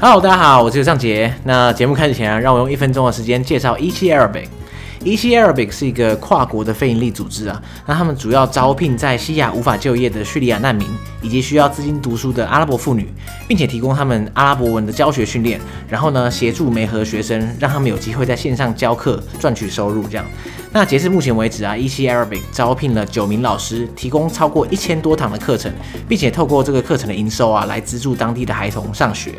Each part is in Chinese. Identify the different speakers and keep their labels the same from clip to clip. Speaker 1: Hello，大家好，我是尚杰。那节目开始前啊，让我用一分钟的时间介绍 EC Arabic。EC Arabic 是一个跨国的非营利组织啊，那他们主要招聘在西亚无法就业的叙利亚难民，以及需要资金读书的阿拉伯妇女，并且提供他们阿拉伯文的教学训练，然后呢，协助媒合学生，让他们有机会在线上教课赚取收入。这样，那截至目前为止啊，EC Arabic 招聘了九名老师，提供超过一千多堂的课程，并且透过这个课程的营收啊，来资助当地的孩童上学。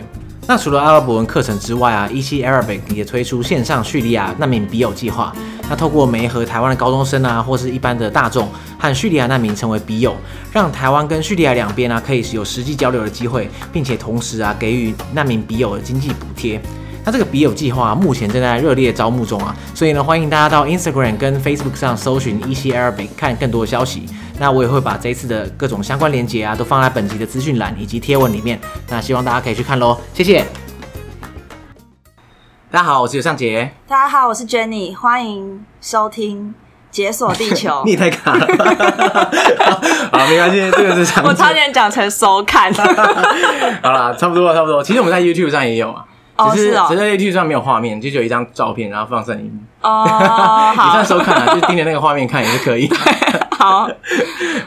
Speaker 1: 那除了阿拉伯文课程之外啊，EC Arabic 也推出线上叙利亚难民笔友计划。那透过媒合台湾的高中生啊，或是一般的大众，和叙利亚难民成为笔友，让台湾跟叙利亚两边啊可以有实际交流的机会，并且同时啊给予难民笔友的经济补贴。那这个笔友计划、啊、目前正在热烈招募中啊，所以呢，欢迎大家到 Instagram 跟 Facebook 上搜寻 EC Arabic 看更多的消息。那我也会把这一次的各种相关链接啊，都放在本集的资讯栏以及贴文里面。那希望大家可以去看喽，谢谢。大家好，我是尤尚杰。
Speaker 2: 大家好，我是 Jenny，欢迎收听《解锁地球》
Speaker 1: 哦你也太卡了吧，好，好没关系，这个是常
Speaker 2: 我差点讲成 收看，
Speaker 1: 好啦，差不多了，差不多了。其实我们在 YouTube 上也有啊，
Speaker 2: 哦
Speaker 1: 只是
Speaker 2: 是哦
Speaker 1: 只是在 YouTube 上没有画面，就只有一张照片，然后放上音。
Speaker 2: 哦，
Speaker 1: 你
Speaker 2: 好
Speaker 1: 算收看啊，就是盯着那个画面看也是可以。
Speaker 2: 好，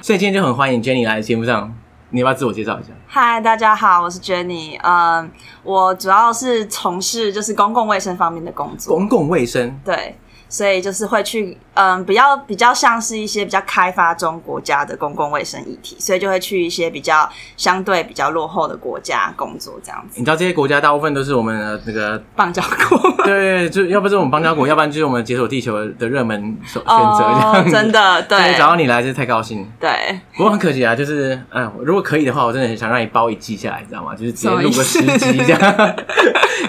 Speaker 1: 所以今天就很欢迎 Jenny 来节目上，你要不要自我介绍一下？
Speaker 2: 嗨，大家好，我是 Jenny，嗯，我主要是从事就是公共卫生方面的工作，
Speaker 1: 公共卫生，
Speaker 2: 对，所以就是会去，嗯，比较比较像是一些比较开发中国家的公共卫生议题，所以就会去一些比较相对比较落后的国家工作，这样子，
Speaker 1: 你知道这些国家大部分都是我们的那 个
Speaker 2: 棒角国。
Speaker 1: 对，就要不是我们邦交国，要不然就是我们解锁地球的热门首选择这样
Speaker 2: 哦
Speaker 1: 子。，
Speaker 2: 真的，
Speaker 1: 所以
Speaker 2: 对，
Speaker 1: 找到你来真是太高兴。
Speaker 2: 对，
Speaker 1: 不过很可惜啊，就是哎，如果可以的话，我真的很想让你包一季下来，你知道吗？就是直接
Speaker 2: 什么
Speaker 1: 录
Speaker 2: 意
Speaker 1: 个
Speaker 2: 思
Speaker 1: 十集这样，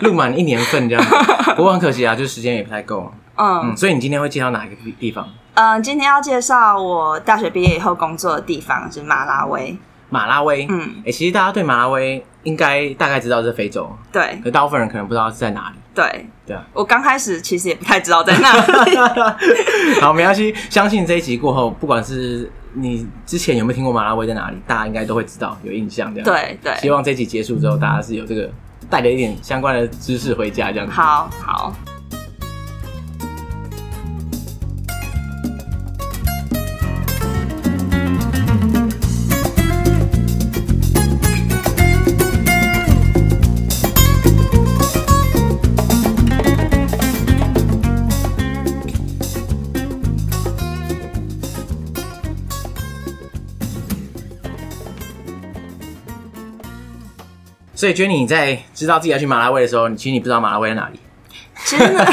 Speaker 1: 录满一年份这 样。不过很可惜啊，就是时间也不太够。
Speaker 2: 嗯
Speaker 1: 嗯，所以你今天会介绍哪一个地地方？
Speaker 2: 嗯，今天要介绍我大学毕业以后工作的地方是马拉维。
Speaker 1: 马拉维。
Speaker 2: 嗯，
Speaker 1: 哎、其实大家对马拉维应该大概知道是非洲，
Speaker 2: 对
Speaker 1: 可大部分人可能不知道是在哪里。
Speaker 2: 对，
Speaker 1: 对啊，
Speaker 2: 我刚开始其实也不太知道在哪里。
Speaker 1: 好，没关系，相信这一集过后，不管是你之前有没有听过马拉维在哪里，大家应该都会知道有印象这样。，
Speaker 2: 对
Speaker 1: 希
Speaker 2: 对，
Speaker 1: 望这一集结束之后，大家是有这个带了一点相关的知识回家这样子。
Speaker 2: 好好，
Speaker 1: 所以 Jenny 你在知道自己要去马拉维的时候，你其实你不知道马拉维在哪里。
Speaker 2: 其实 呢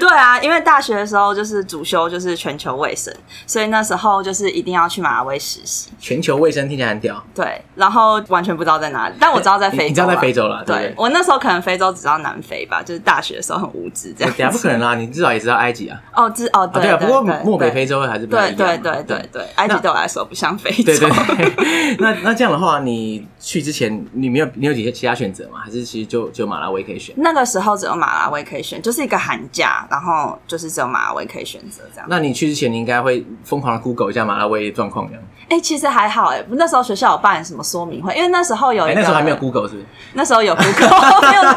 Speaker 2: 对啊，因为大学的时候就是主修就是全球卫生，所以那时候就是一定要去马拉维实习。
Speaker 1: 全球卫生听起来很屌，
Speaker 2: 对，然后完全不知道在哪里，但我知道在
Speaker 1: 你
Speaker 2: 非洲啦。
Speaker 1: 你知道在非洲啦对
Speaker 2: 对
Speaker 1: 不对
Speaker 2: 我那时候可能非洲只知道南非吧，就是大学的时候很无知这
Speaker 1: 等下啊
Speaker 2: 样。
Speaker 1: 不可能啦，你至少也知道埃及啊。
Speaker 2: 哦，知哦，
Speaker 1: 啊，
Speaker 2: 对
Speaker 1: 对啊，不过
Speaker 2: 对
Speaker 1: 漠北
Speaker 2: 对
Speaker 1: 非洲还是不太一
Speaker 2: 对
Speaker 1: 样嘛。
Speaker 2: 对对对对，埃及
Speaker 1: 那
Speaker 2: 对我来说不像非洲。
Speaker 1: 对对对， 那那这样的话，你去之前你没有你有几其他选择吗？还是其实就就马拉维可以选？
Speaker 2: 那个时候只有马拉维可以选，就是一个寒假，然后就是只有马拉维可以选择这样。
Speaker 1: 那你去之前，你应该会疯狂的 Google 一下马拉维的状况这样。
Speaker 2: 哎、其实还好哎、那时候学校有办什么说明会，因为那时候有
Speaker 1: 哎、
Speaker 2: 一个、
Speaker 1: 那时候还没有 Google 是不是？
Speaker 2: 那时候有 Google，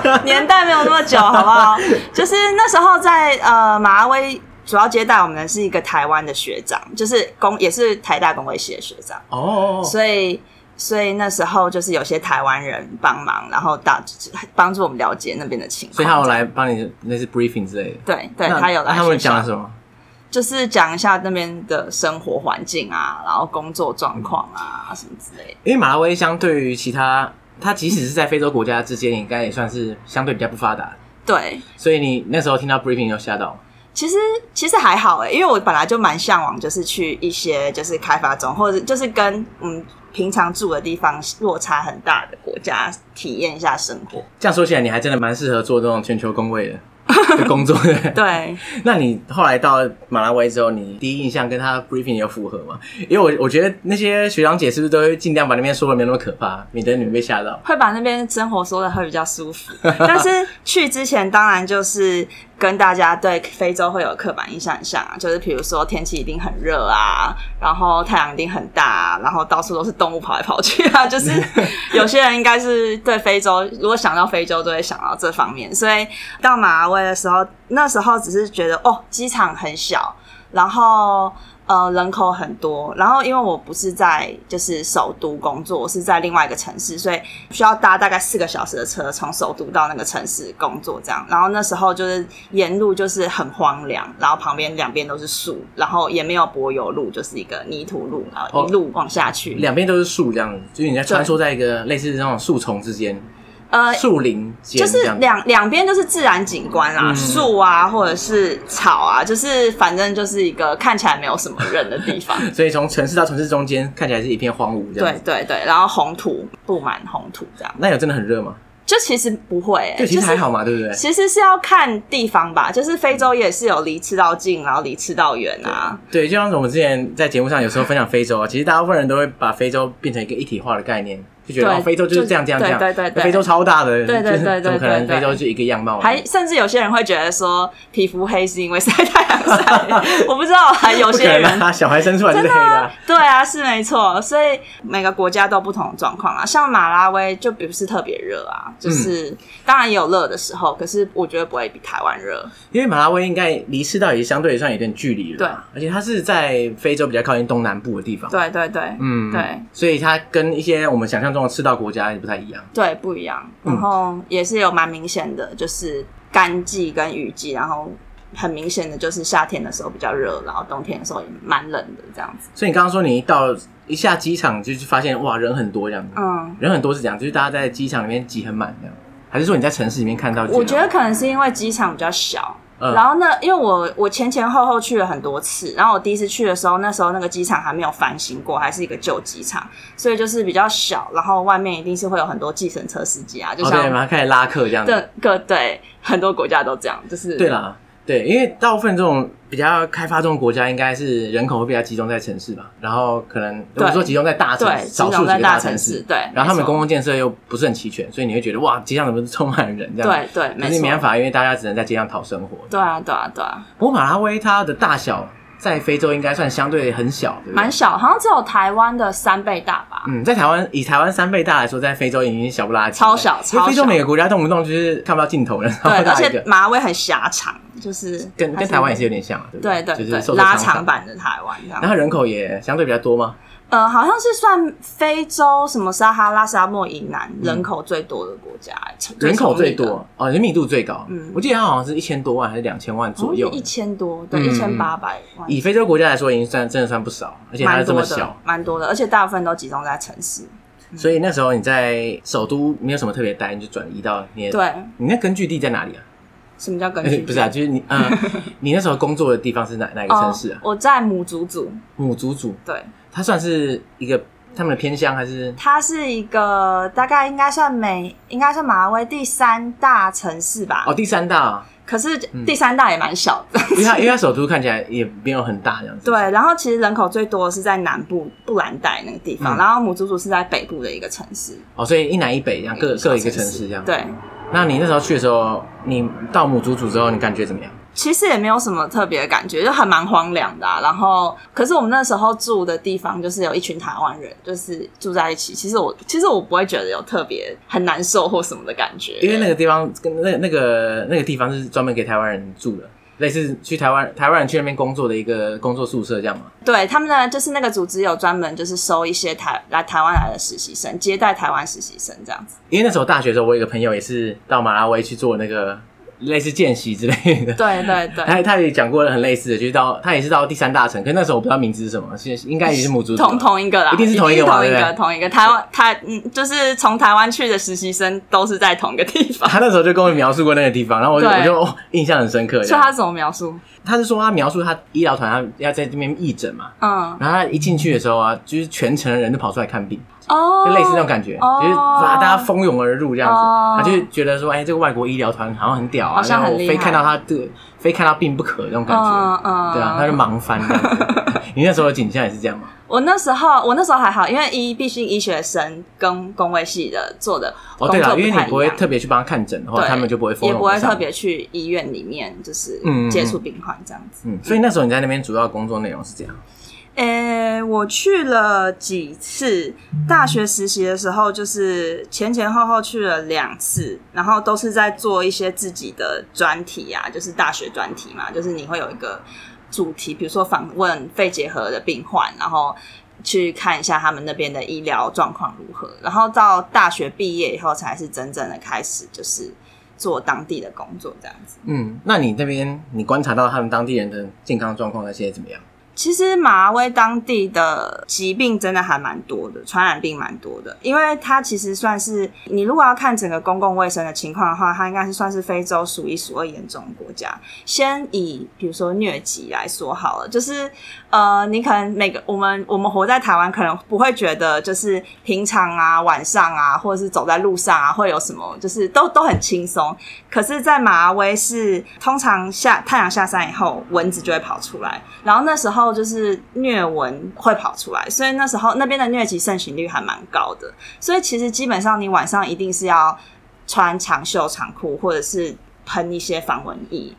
Speaker 2: 没 有年代没有那么久，好 不好？就是那时候在呃马拉维。主要接待我们的是一个台湾的学长，就是工也是台大工会系的学长，
Speaker 1: 哦，
Speaker 2: 所以所以那时候就是有些台湾人帮忙，然后大 帮助我们了解那边的情况。
Speaker 1: 所以他有来帮你那是 briefing 之类的。
Speaker 2: 对对，
Speaker 1: 那
Speaker 2: 他有来
Speaker 1: 那
Speaker 2: 学校。
Speaker 1: 他们讲了什么？
Speaker 2: 就是讲一下那边的生活环境啊，然后工作状况啊什么之类的。
Speaker 1: 因为马拉维相对于其他，它即使是在非洲国家之间，应该也算是相对比较不发达。
Speaker 2: 对，
Speaker 1: 所以你那时候听到 briefing 有吓到吗？
Speaker 2: 其实其实还好欸诶、因为我本来就蛮向往，就是去一些就是开发中或者就是跟嗯平常住的地方落差很大的国家体验一下生活。
Speaker 1: 这样说起来，你还真的蛮适合做这种全球工位 的的工作的。
Speaker 2: 对，
Speaker 1: 那你后来到马拉维之后，你第一印象跟他 briefing 有符合吗？因为我我觉得那些学长姐是不是都会尽量把那边说的没那么可怕，免得你们被吓到。
Speaker 2: 会把那边生活说的会比较舒服。但是去之前当然就是跟大家对非洲会有刻板印象很像啊，就是比如说天气一定很热啊，然后太阳一定很大、啊，然后到处都是动物跑来跑去啊，就是有些人应该是对非洲，如果想到非洲，都会想到这方面。所以到马拉维的时候，那时候只是觉得哦，机场很小，然后。呃，人口很多，然后因为我不是在就是首都工作，我是在另外一个城市，所以需要搭大概四个小时的车从首都到那个城市工作这样。然后那时候就是沿路就是很荒凉，然后旁边两边都是树，然后也没有柏油路，就是一个泥土路，然后一路往下去。
Speaker 1: 两边都是树，这样子，就是你在穿梭在一个类似那种树丛之间，
Speaker 2: 呃，
Speaker 1: 树林间，
Speaker 2: 就是
Speaker 1: 这样子
Speaker 2: 两两边就是自然景观啊，
Speaker 1: 嗯
Speaker 2: 树啊或者是草啊，就是反正就是一个看起来没有什么人的地方。
Speaker 1: 所以从城市到城市中间看起来是一片荒芜这样
Speaker 2: 对
Speaker 1: 子。
Speaker 2: 对对，然后红土布满红土这样。
Speaker 1: 那有真的很热吗？
Speaker 2: 就其实不会、欸，
Speaker 1: 对，其
Speaker 2: 就
Speaker 1: 实
Speaker 2: 是
Speaker 1: 还好嘛，对不对？
Speaker 2: 其实是要看地方吧，就是非洲也是有离赤道近，然后离赤道远啊。
Speaker 1: 对，就像我们之前在节目上有时候分享非洲啊，其实大部分人都会把非洲变成一个一体化的概念，就觉得
Speaker 2: 对
Speaker 1: 哦，非洲就是这样这样这样，
Speaker 2: 对对对对
Speaker 1: 非洲超大的，
Speaker 2: 对对
Speaker 1: 就是
Speaker 2: 对对
Speaker 1: 怎么可
Speaker 2: 对
Speaker 1: 能
Speaker 2: 对
Speaker 1: 非洲就一个样貌？
Speaker 2: 还甚至有些人会觉得说皮肤黑是因为晒太 阳晒，我不知道啊，有
Speaker 1: 不可
Speaker 2: 些
Speaker 1: 能
Speaker 2: 人
Speaker 1: 啊，小孩生出来就是黑的啊，
Speaker 2: 对啊，是没错，所以每个国家都有不同的状况啊。像马拉维就不是特别热
Speaker 1: 嗯
Speaker 2: 啊，就是、当然也有热的时候，可是我觉得不会比台湾热。
Speaker 1: 因为马拉维应该离赤道也相对算有点距离了吧，而且它是在非洲比较靠近东南部的地方，
Speaker 2: 对对对，
Speaker 1: 嗯，
Speaker 2: 对，
Speaker 1: 所以它跟一些我们想象中的赤道国家也不太一样。
Speaker 2: 对，不一样。
Speaker 1: 嗯
Speaker 2: 然后也是有蛮明显的，就是干季跟雨季，然后很明显的就是夏天的时候比较热，然后冬天的时候也蛮冷的这样子。
Speaker 1: 所以你刚刚说你一到一下机场就发现哇人很多这样子，
Speaker 2: 嗯，
Speaker 1: 人很多是这样，就是大家在机场里面挤很满这样，还是说你在城市里面看到就？
Speaker 2: 我觉得可能是因为机场比较小。
Speaker 1: 嗯
Speaker 2: 然后呢，因为我我前前后后去了很多次，然后我第一次去的时候，那时候那个机场还没有翻新过，还是一个旧机场，所以就是比较小，然后外面一定是会有很多计程车司机啊，就
Speaker 1: 哦对，
Speaker 2: 像
Speaker 1: 马上开始拉客这样子。
Speaker 2: 各个对很多国家都这样，就是
Speaker 1: 对啦，对，因为大部分这种比较开发中的国家，应该是人口会比较集中在城市吧，然后可能如果说集中在大城
Speaker 2: 对，
Speaker 1: 市，
Speaker 2: 集
Speaker 1: 少
Speaker 2: 中
Speaker 1: 数几
Speaker 2: 在
Speaker 1: 个
Speaker 2: 大
Speaker 1: 城
Speaker 2: 城
Speaker 1: 市
Speaker 2: 市，，对，
Speaker 1: 然后他们
Speaker 2: 没错
Speaker 1: 公共建设又不是很齐全，所以你会觉得哇，街上怎么充满人这样？
Speaker 2: 对对，
Speaker 1: 可
Speaker 2: 没
Speaker 1: 是你
Speaker 2: 错
Speaker 1: 没办法，因为大家只能在街上讨生活。
Speaker 2: 对啊，对啊，对啊，
Speaker 1: 不过马拉维它的大小在非洲应该算相对很小，对不对
Speaker 2: 蛮小，好像只有台湾的三倍大吧。
Speaker 1: 嗯，在台湾以台湾三倍大来说，在非洲已经小不拉几了，
Speaker 2: 超小
Speaker 1: 因为非
Speaker 2: 超
Speaker 1: 洲
Speaker 2: 小
Speaker 1: 每个国家动不动就是看不到尽头了，
Speaker 2: 对，
Speaker 1: 然后
Speaker 2: 而
Speaker 1: 大一
Speaker 2: 且
Speaker 1: 个，
Speaker 2: 马尾很狭长，就是
Speaker 1: 跟
Speaker 2: 还
Speaker 1: 跟台湾也是有点像啊，对不
Speaker 2: 对对
Speaker 1: 就是
Speaker 2: 对
Speaker 1: 瘦，瘦
Speaker 2: 拉
Speaker 1: 长长
Speaker 2: 长。版的台湾这
Speaker 1: 然
Speaker 2: 样。
Speaker 1: 后人口也相对比较多吗？
Speaker 2: 呃，好像是算非洲什么撒哈拉沙漠以南人口最多的国家，
Speaker 1: 嗯人口最多哦，人密度最高。
Speaker 2: 啊嗯
Speaker 1: 我记得它好像是一千多万还是两千万左右。
Speaker 2: 一千多，对，
Speaker 1: 嗯
Speaker 2: 一千八百万，
Speaker 1: 以非洲国家来说，已经算真的算不少，而且它
Speaker 2: 蛮
Speaker 1: 这
Speaker 2: 多
Speaker 1: 么
Speaker 2: 的嗯
Speaker 1: 小，，嗯
Speaker 2: 蛮多的，而且大部分都集中在城市。
Speaker 1: 所以那时候你在首都没有什么特别待，你就转移到你的。，
Speaker 2: 对，
Speaker 1: 你那根据地在哪里啊？
Speaker 2: 什么叫根
Speaker 1: 哎
Speaker 2: 据地？
Speaker 1: 不是啊，就是你， 嗯，你那时候工作的地方是哪哪一个
Speaker 2: 哦，
Speaker 1: 城市啊？
Speaker 2: 我在母祖祖，
Speaker 1: 母祖祖，
Speaker 2: 对，
Speaker 1: 它算是一个他们的偏乡还是？
Speaker 2: 它是一个大概应该算美，应该算马拉维第三大城市吧。
Speaker 1: 哦，第三大啊，
Speaker 2: 可是第三大也蛮小 的。
Speaker 1: 因为它因为它首都看起来也没有很大这样子。
Speaker 2: 对，然后其实人口最多的是在南部布兰带那个地
Speaker 1: 嗯
Speaker 2: 方，然后母祖祖是在北部的一个城市，
Speaker 1: 哦，所以一南一北这样各各一个
Speaker 2: 小
Speaker 1: 城市这样。。
Speaker 2: 对，
Speaker 1: 那你那时候去的时候，你到母祖祖之后，你感觉怎么样？
Speaker 2: 其实也没有什么特别的感觉，就还蛮荒凉的、啊。然后，可是我们那时候住的地方就是有一群台湾人，就是住在一起。其实我其实我不会觉得有特别很难受或什么的感觉，
Speaker 1: 因为那个地方跟那那个那个地方是专门给台湾人住的，类似去台湾台湾人去那边工作的一个工作宿舍这样嘛。
Speaker 2: 对他们呢，就是那个组织有专门就是收一些台来台湾来的实习生，接待台湾实习生这样子。
Speaker 1: 因为那时候大学的时候，我有一个朋友也是到马拉维去做那个类似见习之类的。
Speaker 2: 对对对，
Speaker 1: 他他也讲过很类似的，就是到他也是到第三大城，可是那时候我不知道名字是什么，是应该也是母啊猪
Speaker 2: 同同一个啦，
Speaker 1: 一定是同一
Speaker 2: 一
Speaker 1: 个嘛
Speaker 2: 同一
Speaker 1: 对不
Speaker 2: 个
Speaker 1: 对
Speaker 2: 同一个台湾台嗯，就是从台湾去的实习生都是在同一个地方。
Speaker 1: 他那时候就跟我描述过那个地方，然后我就
Speaker 2: 对
Speaker 1: 我就、哦印象很深刻这
Speaker 2: 所以
Speaker 1: 样。
Speaker 2: 他怎么描述？
Speaker 1: 他是说他描述他医疗团他要在这边义诊嘛，
Speaker 2: 嗯，
Speaker 1: 然后他一进去的时候啊，就是全城的人都跑出来看病，
Speaker 2: 哦，
Speaker 1: 就类似那种感觉，
Speaker 2: 哦
Speaker 1: 就是把大家蜂拥而入这样子，
Speaker 2: 哦
Speaker 1: 他就觉得说，哎，这个外国医疗团好像很屌啊
Speaker 2: 好，像
Speaker 1: 然后我
Speaker 2: 很厉害
Speaker 1: 非看到他对，非看到病不可那种感觉，
Speaker 2: 嗯嗯，
Speaker 1: 对啊，他就忙翻这样 子。你那时候的景象也是这样吗？
Speaker 2: 我那时候，我那时候还好，因为医毕竟医学生跟工卫系的做的
Speaker 1: 哦，
Speaker 2: 工
Speaker 1: 对
Speaker 2: 作
Speaker 1: 了，因为
Speaker 2: 太
Speaker 1: 你
Speaker 2: 一
Speaker 1: 不会
Speaker 2: 样，
Speaker 1: 特别去帮他看诊的话，
Speaker 2: 对
Speaker 1: 他们就不会蜂
Speaker 2: 也
Speaker 1: 拥
Speaker 2: 不
Speaker 1: 而
Speaker 2: 会特
Speaker 1: 上。
Speaker 2: 别去医院里面就是
Speaker 1: 嗯嗯嗯
Speaker 2: 接触病患这样子。
Speaker 1: 嗯，所以那时候你在那边主要工作内容是这样。
Speaker 2: 诶、我去了几次，大学实习的时候就是前前后后去了两次，然后都是在做一些自己的专题啊，就是大学专题嘛，就是你会有一个主题，比如说访问肺结核的病患，然后去看一下他们那边的医疗状况如何，然后到大学毕业以后才是真正的开始，就是做当地的工作这样子。
Speaker 1: 嗯，那你那边你观察到他们当地人的健康状况那些怎么样？
Speaker 2: 其实马拉威当地的疾病真的还蛮多的，传染病蛮多的，因为它其实算是你如果要看整个公共卫生的情况的话，它应该是算是非洲数一数二严重的国家。先以比如说疟疾来说好了，就是呃，你可能每个我们我们活在台湾，可能不会觉得就是平常啊、晚上啊，或者是走在路上啊，会有什么就是都都很轻松，可是，在马拉维是通常下太阳下山以后，蚊子就会跑出来，然后那时候就是疟蚊会跑出来，所以那时候那边的疟疾盛行率还蛮高的。所以其实基本上你晚上一定是要穿长袖长裤，或者是喷一些防蚊液，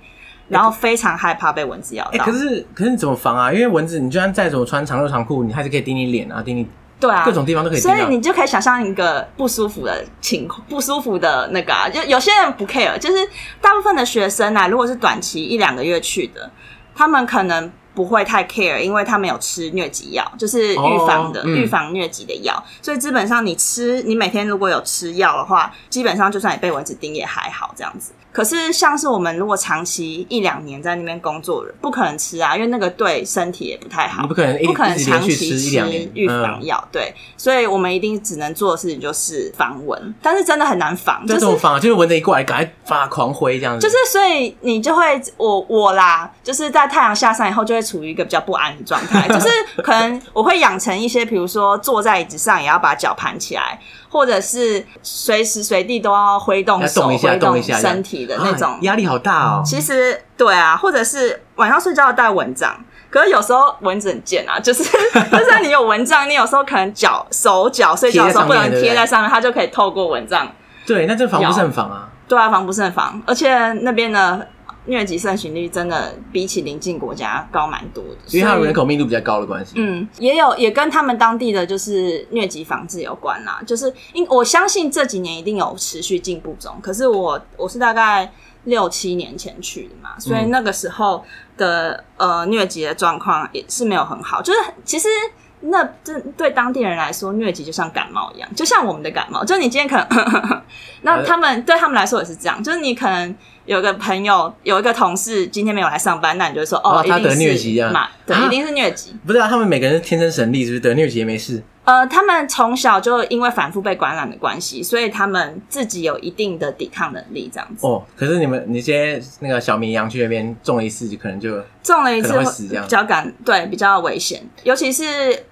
Speaker 2: 然后非常害怕被蚊子咬
Speaker 1: 哎、
Speaker 2: 到。
Speaker 1: 可是可是你怎么防啊？因为蚊子，你就算再怎么穿长袖长裤，你还是可以叮你脸啊，叮你
Speaker 2: 对啊，
Speaker 1: 各种地方都可以叮
Speaker 2: 所以
Speaker 1: 到。
Speaker 2: 你就可以想象一个不舒服的情况，不舒服的那个啊，就有些人不 care，就是大部分的学生啊，如果是短期一两个月去的，他们可能不会太 care，因为他们有吃疟疾药，就是预防的、
Speaker 1: 哦嗯
Speaker 2: 预防疟疾的药，所以基本上你吃，你每天如果有吃药的话，基本上就算你被蚊子叮也还好这样子。可是像是我们如果长期一两年在那边工作的，不可能吃啊，因为那个对身体也不太好
Speaker 1: 你不。可能一
Speaker 2: 不可能
Speaker 1: 哎一直连
Speaker 2: 长
Speaker 1: 续
Speaker 2: 期
Speaker 1: 吃一两年
Speaker 2: 预防
Speaker 1: 嗯
Speaker 2: 药，对，所以我们一定只能做的事情就是防蚊，但是真的很难防，
Speaker 1: 这
Speaker 2: 就是
Speaker 1: 种防啊，就是蚊子一过来，赶快发狂挥这样子。
Speaker 2: 就是，所以你就会我我啦，就是在太阳下山以后，就会处于一个比较不安的状态，就是可能我会养成一些，比如说坐在椅子上也要把脚盘起来，或者是随时随地都要挥动
Speaker 1: 要
Speaker 2: 手、
Speaker 1: 动一下
Speaker 2: 挥
Speaker 1: 动
Speaker 2: 动
Speaker 1: 一下
Speaker 2: 身体的那种
Speaker 1: 啊压、力好大哦。
Speaker 2: 其实对啊，或者是晚上睡觉要带蚊帐，可是有时候蚊子很贱 啊，就是就算你有蚊帐，你有时候可能脚、手脚睡觉的时候
Speaker 1: 贴
Speaker 2: 不
Speaker 1: 在上面
Speaker 2: 能贴在上面，它就可以透过蚊帐。
Speaker 1: 对，那这防不胜防啊。
Speaker 2: 对啊，防不胜防，而且那边的疟疾盛行率真的比起邻近国家高蛮多的，
Speaker 1: 因为它
Speaker 2: 所以
Speaker 1: 人口密度比较高的关系，
Speaker 2: 嗯，也有也跟他们当地的就是疟疾防治有关啦。就是因我相信这几年一定有持续进步中，可是我我是大概六七年前去的嘛，所以那个时候的呃疟疾的状况也是没有很好，就是其实。那这对当地人来说，疟疾就像感冒一样，就像我们的感冒。就是你今天可能， 那他们对他们来说也是这样。就是你可能有个朋友，有一个同事今天没有来上班，那你就会说哦，
Speaker 1: 哦他
Speaker 2: 一定
Speaker 1: 得
Speaker 2: 是
Speaker 1: 疟疾啊
Speaker 2: 嘛，对，
Speaker 1: 啊
Speaker 2: 一定是疟疾。
Speaker 1: 不是啊？他们每个人是天生神力，是不是得疟疾也没事？
Speaker 2: 呃，他们从小就因为反复被感染的关系，所以他们自己有一定的抵抗能力，这样子。
Speaker 1: 哦，可是你们你些那个小绵羊去那边中了一次，就可能就
Speaker 2: 中了一
Speaker 1: 可
Speaker 2: 次
Speaker 1: 能会死这样
Speaker 2: 比较感对比较危险，尤其是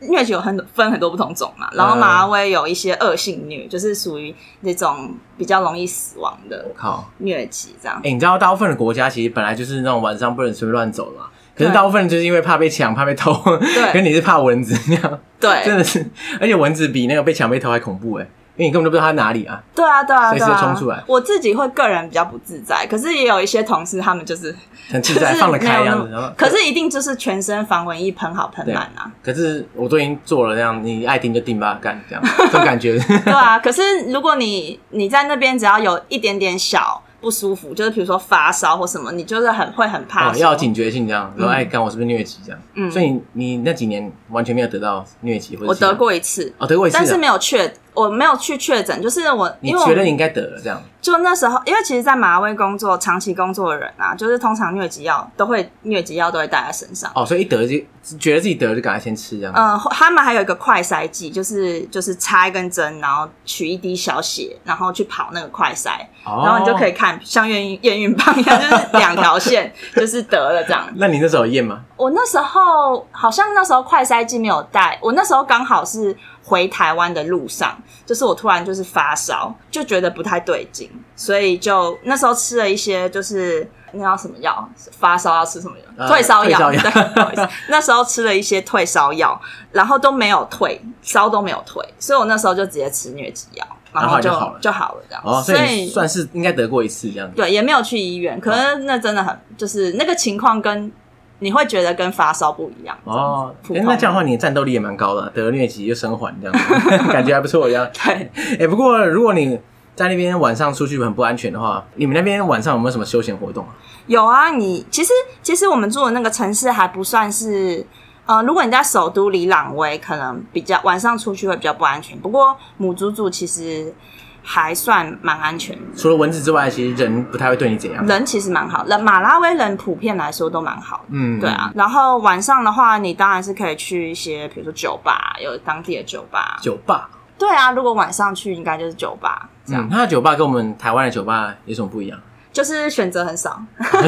Speaker 2: 疟疾有很多分很多不同种嘛，然后马拉威有一些恶性疟，就是属于那种比较容易死亡的
Speaker 1: 靠。
Speaker 2: 疟疾这样
Speaker 1: 哎、。你知道大部分的国家其实本来就是那种晚上不能随便乱走的嘛。可是
Speaker 2: 对
Speaker 1: 大部分人就是因为怕被抢、怕被偷，
Speaker 2: 对
Speaker 1: 可是你是怕蚊子那样，真
Speaker 2: 对
Speaker 1: 的是，而且蚊子比那个被抢被偷还恐怖哎、因为你根本就不知道它哪里啊。
Speaker 2: 对啊对啊
Speaker 1: 随
Speaker 2: 对
Speaker 1: 时
Speaker 2: 啊！
Speaker 1: 冲出来
Speaker 2: 我自己会个人比较不自在，可是也有一些同事他们就是
Speaker 1: 很自
Speaker 2: 就
Speaker 1: 在，
Speaker 2: 是
Speaker 1: 放得
Speaker 2: 没
Speaker 1: 开这
Speaker 2: 有那
Speaker 1: 样
Speaker 2: 么
Speaker 1: 子。然后，
Speaker 2: 可是一定就是全身防蚊液喷好喷
Speaker 1: 对
Speaker 2: 满啊。
Speaker 1: 可是我都已经做了这样，你爱盯就盯吧，干这样， 这种感觉。
Speaker 2: 对啊，可是如果你你在那边只要有一点点小不舒服，就是比如说发烧或什么，你就是很会很 怕、
Speaker 1: 哦，要有警觉性这样，说哎，干我是不是疟疾这样？
Speaker 2: 嗯
Speaker 1: 所以你你那几年完全没有得到疟疾，或者
Speaker 2: 我
Speaker 1: 其他
Speaker 2: 得过一次，
Speaker 1: 哦，得过一次啊，
Speaker 2: 但是没有确，我没有去确诊，就是我
Speaker 1: 你
Speaker 2: 因为我
Speaker 1: 觉得你应该得了这样，
Speaker 2: 就那时候，因为其实，在马拉威工作、长期工作的人啊，就是通常疟疾药都会疟疾药都会带在身上。
Speaker 1: 哦，所以一得就觉得自己得了就赶快先吃这样。
Speaker 2: 嗯，或他们还有一个快筛剂，就是就是插一根针，然后取一滴小血，然后去跑那个快筛，
Speaker 1: 哦，
Speaker 2: 然后你就可以。看像验孕验孕棒一样，就是两条线，就是得了这样。
Speaker 1: 那你那时候有验吗？
Speaker 2: 我那时候好像那时候快筛剂没有带，我那时候刚好是回台湾的路上，就是我突然就是发烧，就觉得不太对劲，所以就那时候吃了一些就是那叫什么药，发烧要啊吃什么 药？
Speaker 1: 呃
Speaker 2: 退烧药。
Speaker 1: 退烧药
Speaker 2: 对，不好意思那时候吃了一些退烧药，然后都没有退，烧都没有退，所以我那时候就直接吃疟疾药，然
Speaker 1: 然后
Speaker 2: 就
Speaker 1: 就好了
Speaker 2: 就好了这样。
Speaker 1: 哦，所以你算是应该得过一次这样子。
Speaker 2: 对，也没有去医院。可是那真的很，就是那个情况跟你会觉得跟发烧不一样。
Speaker 1: 哦，
Speaker 2: 普
Speaker 1: 哎、
Speaker 2: 通
Speaker 1: 那这样的话，你的战斗力也蛮高的，啊得了疟疾又生还这样 子，感觉还不错一样。
Speaker 2: 对，
Speaker 1: 哎、不过如果你在那边晚上出去很不安全的话，你们那边晚上有没有什么休闲活动啊？
Speaker 2: 有啊，你其实其实我们住的那个城市还不算是。呃，如果你在首都里朗威，可能比较晚上出去会比较不安全。不过母猪住其实还算蛮安全的，
Speaker 1: 除了蚊子之外，其实人不太会对你怎样。
Speaker 2: 人其实蛮好，人马拉维人普遍来说都蛮好的。
Speaker 1: 嗯，
Speaker 2: 对啊，然后晚上的话，你当然是可以去一些，比如说酒吧，有当地的酒吧。
Speaker 1: 酒吧，
Speaker 2: 对啊，如果晚上去，应该就是酒吧这样。
Speaker 1: 嗯，它的酒吧跟我们台湾的酒吧有什么不 一样？
Speaker 2: 就是选择 很少，
Speaker 1: 可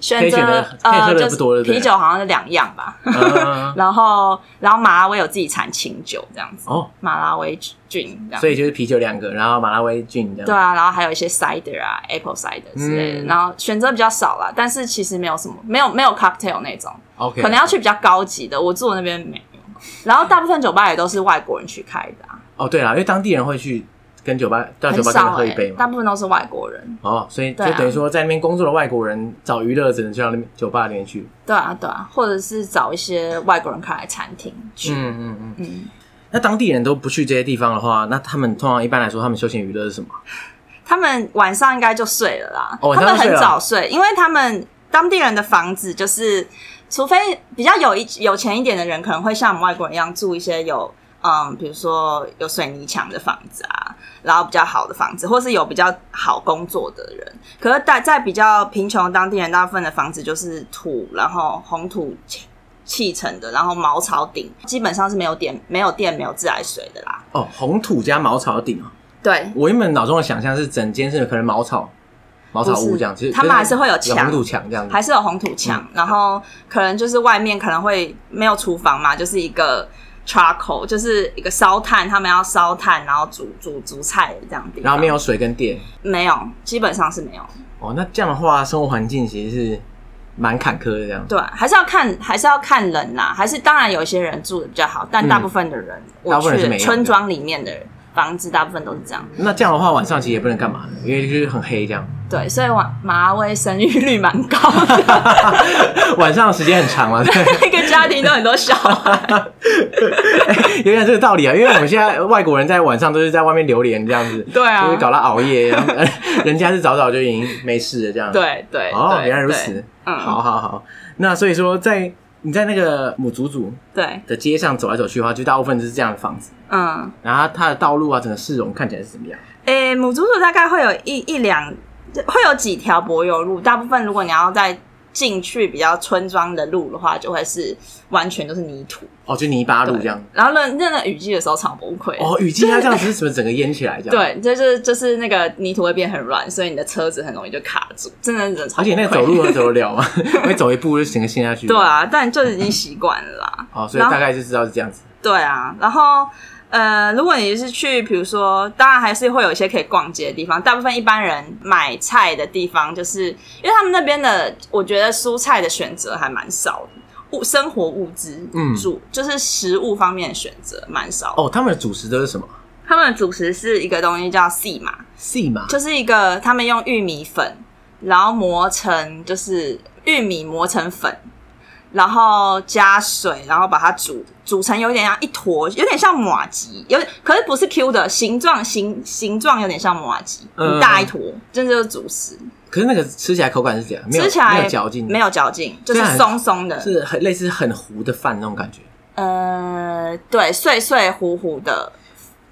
Speaker 2: 选
Speaker 1: 以选
Speaker 2: 择
Speaker 1: 的可以喝
Speaker 2: 呃
Speaker 1: 的
Speaker 2: 就
Speaker 1: 不多
Speaker 2: 是
Speaker 1: 对不对
Speaker 2: 啤酒好像是两样 吧，
Speaker 1: 嗯
Speaker 2: 然后然后马拉维有自己产清酒这样子，
Speaker 1: 哦，
Speaker 2: 马拉维菌这样
Speaker 1: 所。以就是啤酒两个，然后马拉威菌这
Speaker 2: 啊对
Speaker 1: 样。
Speaker 2: 啊，然后还有一些 cider 啊，apple cider 之类的，
Speaker 1: 嗯
Speaker 2: 然后选择比较少啦，但是其实没有什么，没有没有 cocktail 那种，
Speaker 1: OK，
Speaker 2: 可能要去比较高级的。我住的那边没有，然后大部分酒吧也都是外国人去开的、啊，
Speaker 1: 哦，对了，因为当地人会去跟酒吧到酒
Speaker 2: 很
Speaker 1: 吧跟他
Speaker 2: 少、
Speaker 1: 喝一
Speaker 2: 欸
Speaker 1: 杯，嘛。
Speaker 2: 大部分都是外国人。
Speaker 1: 哦，所以就
Speaker 2: 对啊
Speaker 1: 等于说，在那边工作的外国人找娱乐，只能去到那边酒吧里面去。
Speaker 2: 对啊，对啊，或者是找一些外国人开的餐厅去。
Speaker 1: 嗯嗯嗯。
Speaker 2: 嗯
Speaker 1: 那当地人都不去这些地方的话，那他们通常一般来说，他们休闲娱乐是什么？
Speaker 2: 他们晚上应该就睡了啦，
Speaker 1: 哦晚
Speaker 2: 他
Speaker 1: 上
Speaker 2: 们
Speaker 1: 就睡
Speaker 2: 很
Speaker 1: 了
Speaker 2: 早睡，因为他们当地人的房子就是，除非比较有一有钱一点的人，可能会像我们外国人一样住一些有嗯，比如说有水泥墙的房子啊，然后比较好的房子，或是有比较好工作的人。可是在在比较贫穷的当地人，大部分的房子就是土，然后红土砌砌成的，然后茅草顶，基本上是没有电、没有电、没有自来水的啦。
Speaker 1: 哦，红土加茅草顶哦。
Speaker 2: 对，
Speaker 1: 我原本脑中的想象是整间是可能茅草、茅草
Speaker 2: 不
Speaker 1: 屋
Speaker 2: 是
Speaker 1: 这样，其实
Speaker 2: 他们还是会有
Speaker 1: 有
Speaker 2: 墙
Speaker 1: 红土墙这样子。
Speaker 2: 还是有红土墙，
Speaker 1: 嗯
Speaker 2: 然后可能就是外面可能会没有厨房嘛，就是一个 charcoal，就是一个烧炭，他们要烧炭，然后煮煮煮菜这样地方
Speaker 1: 然后没有水跟电。
Speaker 2: 没有，基本上是没有。
Speaker 1: 哦，那这样的话，生活环境其实是蛮坎坷的这样。
Speaker 2: 对，还是要看，还是要看人啦。还是当然有一些人住的比较好，但大部分的人，
Speaker 1: 嗯大
Speaker 2: 我
Speaker 1: 部分人是
Speaker 2: 去
Speaker 1: 没有的嗯
Speaker 2: 村庄里面的房子，大部分都是这样。
Speaker 1: 那这样的话，晚上其实也不能干嘛，因为就是很黑这样。
Speaker 2: 对，所以马马拉威生育率蛮高的，
Speaker 1: 晚上时间很长嘛，对，
Speaker 2: 一个家庭都很多小孩。
Speaker 1: 有点这个道理啊。因为我们现在外国人在晚上都是在外面流连这样子，
Speaker 2: 对啊
Speaker 1: 就是搞到熬夜， 然后呃人家是早早就已经没事了这样。，
Speaker 2: 对对，
Speaker 1: 哦，
Speaker 2: 对
Speaker 1: 原来如
Speaker 2: 对
Speaker 1: 此，
Speaker 2: 嗯
Speaker 1: 好好好。那所以说在，你在那个母祖祖
Speaker 2: 对，
Speaker 1: 的街上走来走去的话，就大部分就是这样的房子，
Speaker 2: 嗯。
Speaker 1: 然后它的道路啊，整个市容看起来是怎么样？
Speaker 2: 诶、母猪鼠大概会有一一两，会有几条柏油路。大部分如果你要再进去比较村庄的路的话，就会是完全都是泥土。
Speaker 1: 哦，就泥巴路
Speaker 2: 对
Speaker 1: 这样。
Speaker 2: 然后那那个雨季的时候超崩溃。
Speaker 1: 哦，雨季它这样子是怎么整个淹起来这样？。哦
Speaker 2: 对，就是就是那个泥土会变很软，所以你的车子很容易就卡住，真的人超
Speaker 1: 而且那个走路能走得了 吗？啊会走一步就整个陷下去。
Speaker 2: 对，啊，但就是已经习惯了啦。
Speaker 1: 哦，所以大概就知道是这样子。
Speaker 2: 对啊，然后呃，如果你是去，比如说，当然还是会有一些可以逛街的地方。大部分一般人买菜的地方，就是因为他们那边的，我觉得蔬菜的选择还蛮少的，物生活物资，
Speaker 1: 嗯
Speaker 2: 主就是食物方面的选择蛮少的。
Speaker 1: 哦，他们的主食都是什么
Speaker 2: 他们的主食是一个东西叫 C 嘛，
Speaker 1: 细嘛？
Speaker 2: 就是一个他们用玉米粉，然后磨成就是玉米磨成粉，然后加水，然后把它煮煮成有点像一坨，有点像马吉，有可是不是 Q 的形状形形状有点像马吉，
Speaker 1: 嗯
Speaker 2: 很大一坨，真的就是主食，
Speaker 1: 可是那个吃起来口感是怎样？没有
Speaker 2: 吃起来
Speaker 1: 没有嚼劲，
Speaker 2: 没有嚼劲，就是
Speaker 1: 这样
Speaker 2: 松松的，
Speaker 1: 是很类似很糊的饭那种感觉。
Speaker 2: 呃，对，碎碎糊糊的，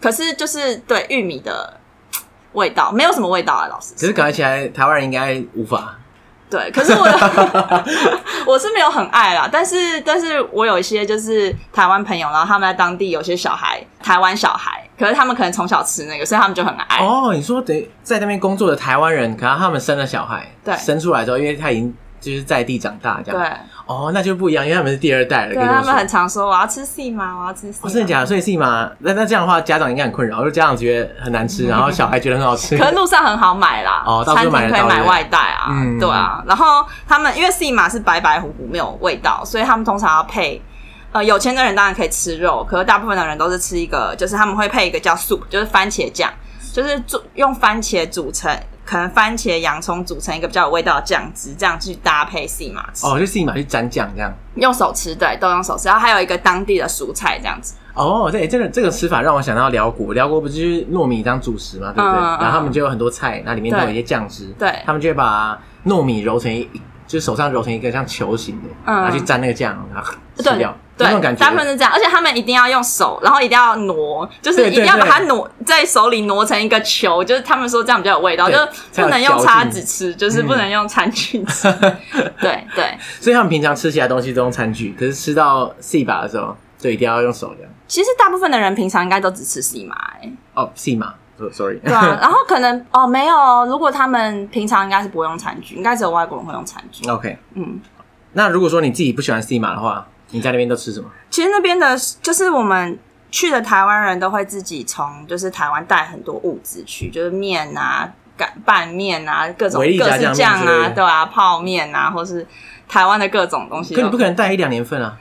Speaker 2: 可是就是对玉米的嘖味道，没有什么味道啊，老师。
Speaker 1: 可是感觉起来台湾人应该无法。
Speaker 2: 对，可是我的 我是没有很爱啦，但是但是我有一些就是台湾朋友，然后他们在当地有些小孩，台湾小孩，可是他们可能从小吃那个，所以他们就很爱。
Speaker 1: 哦哦，你说等于在那边工作的台湾人，可能他们生了小孩，
Speaker 2: 对
Speaker 1: 生出来之后，因为他已经就是在地长大这
Speaker 2: 对
Speaker 1: 样。，哦，那就不一样，因为他们是第二代了。
Speaker 2: 对
Speaker 1: 可以这么
Speaker 2: 他
Speaker 1: 说
Speaker 2: 们很啊常说我要吃细麻，我要吃细
Speaker 1: 哦，
Speaker 2: 麻。
Speaker 1: 真的假的？所以是
Speaker 2: 嗯
Speaker 1: 嘛，那那这样的话，家长应该很困扰，就家长觉得 很难吃，然后小孩觉得很好吃
Speaker 2: 可。是路上很好买啦，
Speaker 1: 哦到
Speaker 2: 餐
Speaker 1: 处
Speaker 2: 厅
Speaker 1: 买得
Speaker 2: 可以
Speaker 1: 到
Speaker 2: 买
Speaker 1: 对不对
Speaker 2: 外带啊，
Speaker 1: 嗯
Speaker 2: 对啊。然后他们因为细马是白白糊糊没有味道，所以他们通常要配。呃，有钱的人当然可以吃肉，可是大部分的人都是吃一个，就是他们会配一个叫 soup，就是番茄酱，
Speaker 1: 嗯
Speaker 2: 就是做用番茄煮成，可能番茄、洋葱煮成一个比较有味道的酱汁，这样去搭配细马吃。
Speaker 1: 哦，就自己买去蘸酱这样。
Speaker 2: 用手吃，对，都用手吃。然后还有一个当地的蔬菜这样子，
Speaker 1: 哦，对，这个这个吃法让我想到辽国，辽国不就是糯米当主食嘛，对不对？
Speaker 2: 嗯嗯
Speaker 1: 然后他们就有很多菜，那里面都有
Speaker 2: 对
Speaker 1: 一些酱汁，
Speaker 2: 对
Speaker 1: 他们就会把糯米揉成一，就手上揉成一个像球形的，
Speaker 2: 嗯
Speaker 1: 然后去沾那个酱，然后吃
Speaker 2: 对
Speaker 1: 掉，就
Speaker 2: 对
Speaker 1: 那种感，觉
Speaker 2: 大部。分是这样，而且他们一定要用手，然后一定要挪，就是
Speaker 1: 对
Speaker 2: 一定
Speaker 1: 对
Speaker 2: 要把
Speaker 1: 对
Speaker 2: 它挪在手里挪成一个球，就是他们说这样比较有味道，就
Speaker 1: 对
Speaker 2: 是
Speaker 1: 才
Speaker 2: 不
Speaker 1: 有
Speaker 2: 能用
Speaker 1: 嚼
Speaker 2: 叉
Speaker 1: 劲
Speaker 2: 子吃，就是不
Speaker 1: 嗯
Speaker 2: 能用餐具 吃。对对，
Speaker 1: 所以他们平常吃其他东西都用餐具，可是吃到 C 把的时候，就一定要用手这样。
Speaker 2: 其实大部分的人平常应该都只吃细麻、欸，
Speaker 1: 哦，C 嘛，so-，sorry，
Speaker 2: 对啊。然后可能哦没有，如果他们平常应该是不会用餐具，应该只有外国人会用餐具。
Speaker 1: OK，
Speaker 2: 嗯，
Speaker 1: 那如果说你自己不喜欢 C 码的话，你在那边都吃什么？
Speaker 2: 其实那边的，就是我们去的台湾人都会自己从就是台湾带很多物资去，就是面啊、擀拌面啊、各种
Speaker 1: 维力
Speaker 2: 各
Speaker 1: 炸
Speaker 2: 式
Speaker 1: 酱面
Speaker 2: 酱
Speaker 1: 之类
Speaker 2: 啊，
Speaker 1: 的
Speaker 2: 对啊，泡面啊，或是台湾的各种东西
Speaker 1: 可你
Speaker 2: 都。
Speaker 1: 不可能带一两年份啊，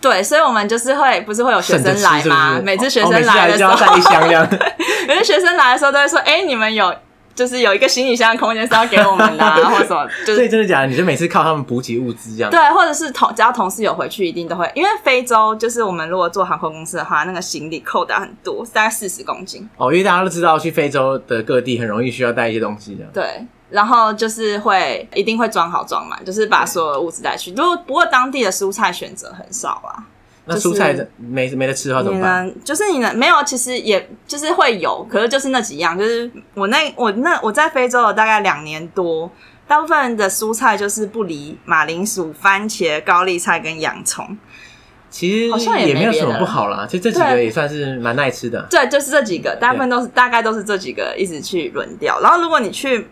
Speaker 2: 对，所以我们就是会，不是会有学
Speaker 1: 省着
Speaker 2: 生
Speaker 1: 吃
Speaker 2: 来
Speaker 1: 是不
Speaker 2: 吗？
Speaker 1: 是？
Speaker 2: 每次学
Speaker 1: 哦
Speaker 2: 生
Speaker 1: 每次
Speaker 2: 来的
Speaker 1: 就
Speaker 2: 时
Speaker 1: 要带
Speaker 2: 候，
Speaker 1: 一箱这样。
Speaker 2: 每次学生来的时候都 会说：“哎、你们有就是有一个行李箱的空间是要给我们的、啊，或什么，就是
Speaker 1: 所以真的假的？你就每次靠他们补给物资这样？
Speaker 2: 对，或者是同只要同事有回去，一定都会，因为非洲就是我们如果做航空公司的话，那个行李扣打很多，大概四十公斤。
Speaker 1: 哦，因为大家都知道去非洲的各地很容易需要带一些东西这样。
Speaker 2: 对，然后就是会一定会装好装满，就是把所有物资带去。如果不过当地的蔬菜选择很少啊，
Speaker 1: 那
Speaker 2: 就是
Speaker 1: 蔬菜没没得吃的话怎
Speaker 2: 你
Speaker 1: 么办？
Speaker 2: 能就是你能没有，其实也就是会有，可是就是那几样，就是我那我那我在非洲有大概两年多。大部分的蔬菜就是不离马铃薯、番茄、高丽菜跟洋葱，
Speaker 1: 其
Speaker 2: 好
Speaker 1: 实
Speaker 2: 像也
Speaker 1: 没有什
Speaker 2: 没别
Speaker 1: 么
Speaker 2: 的啊
Speaker 1: 不好啦，其实这几个
Speaker 2: 对
Speaker 1: 也算是蛮耐吃的。
Speaker 2: 对，就是这几个，大部分都是大概都是这几个一直去轮调。然后如果你去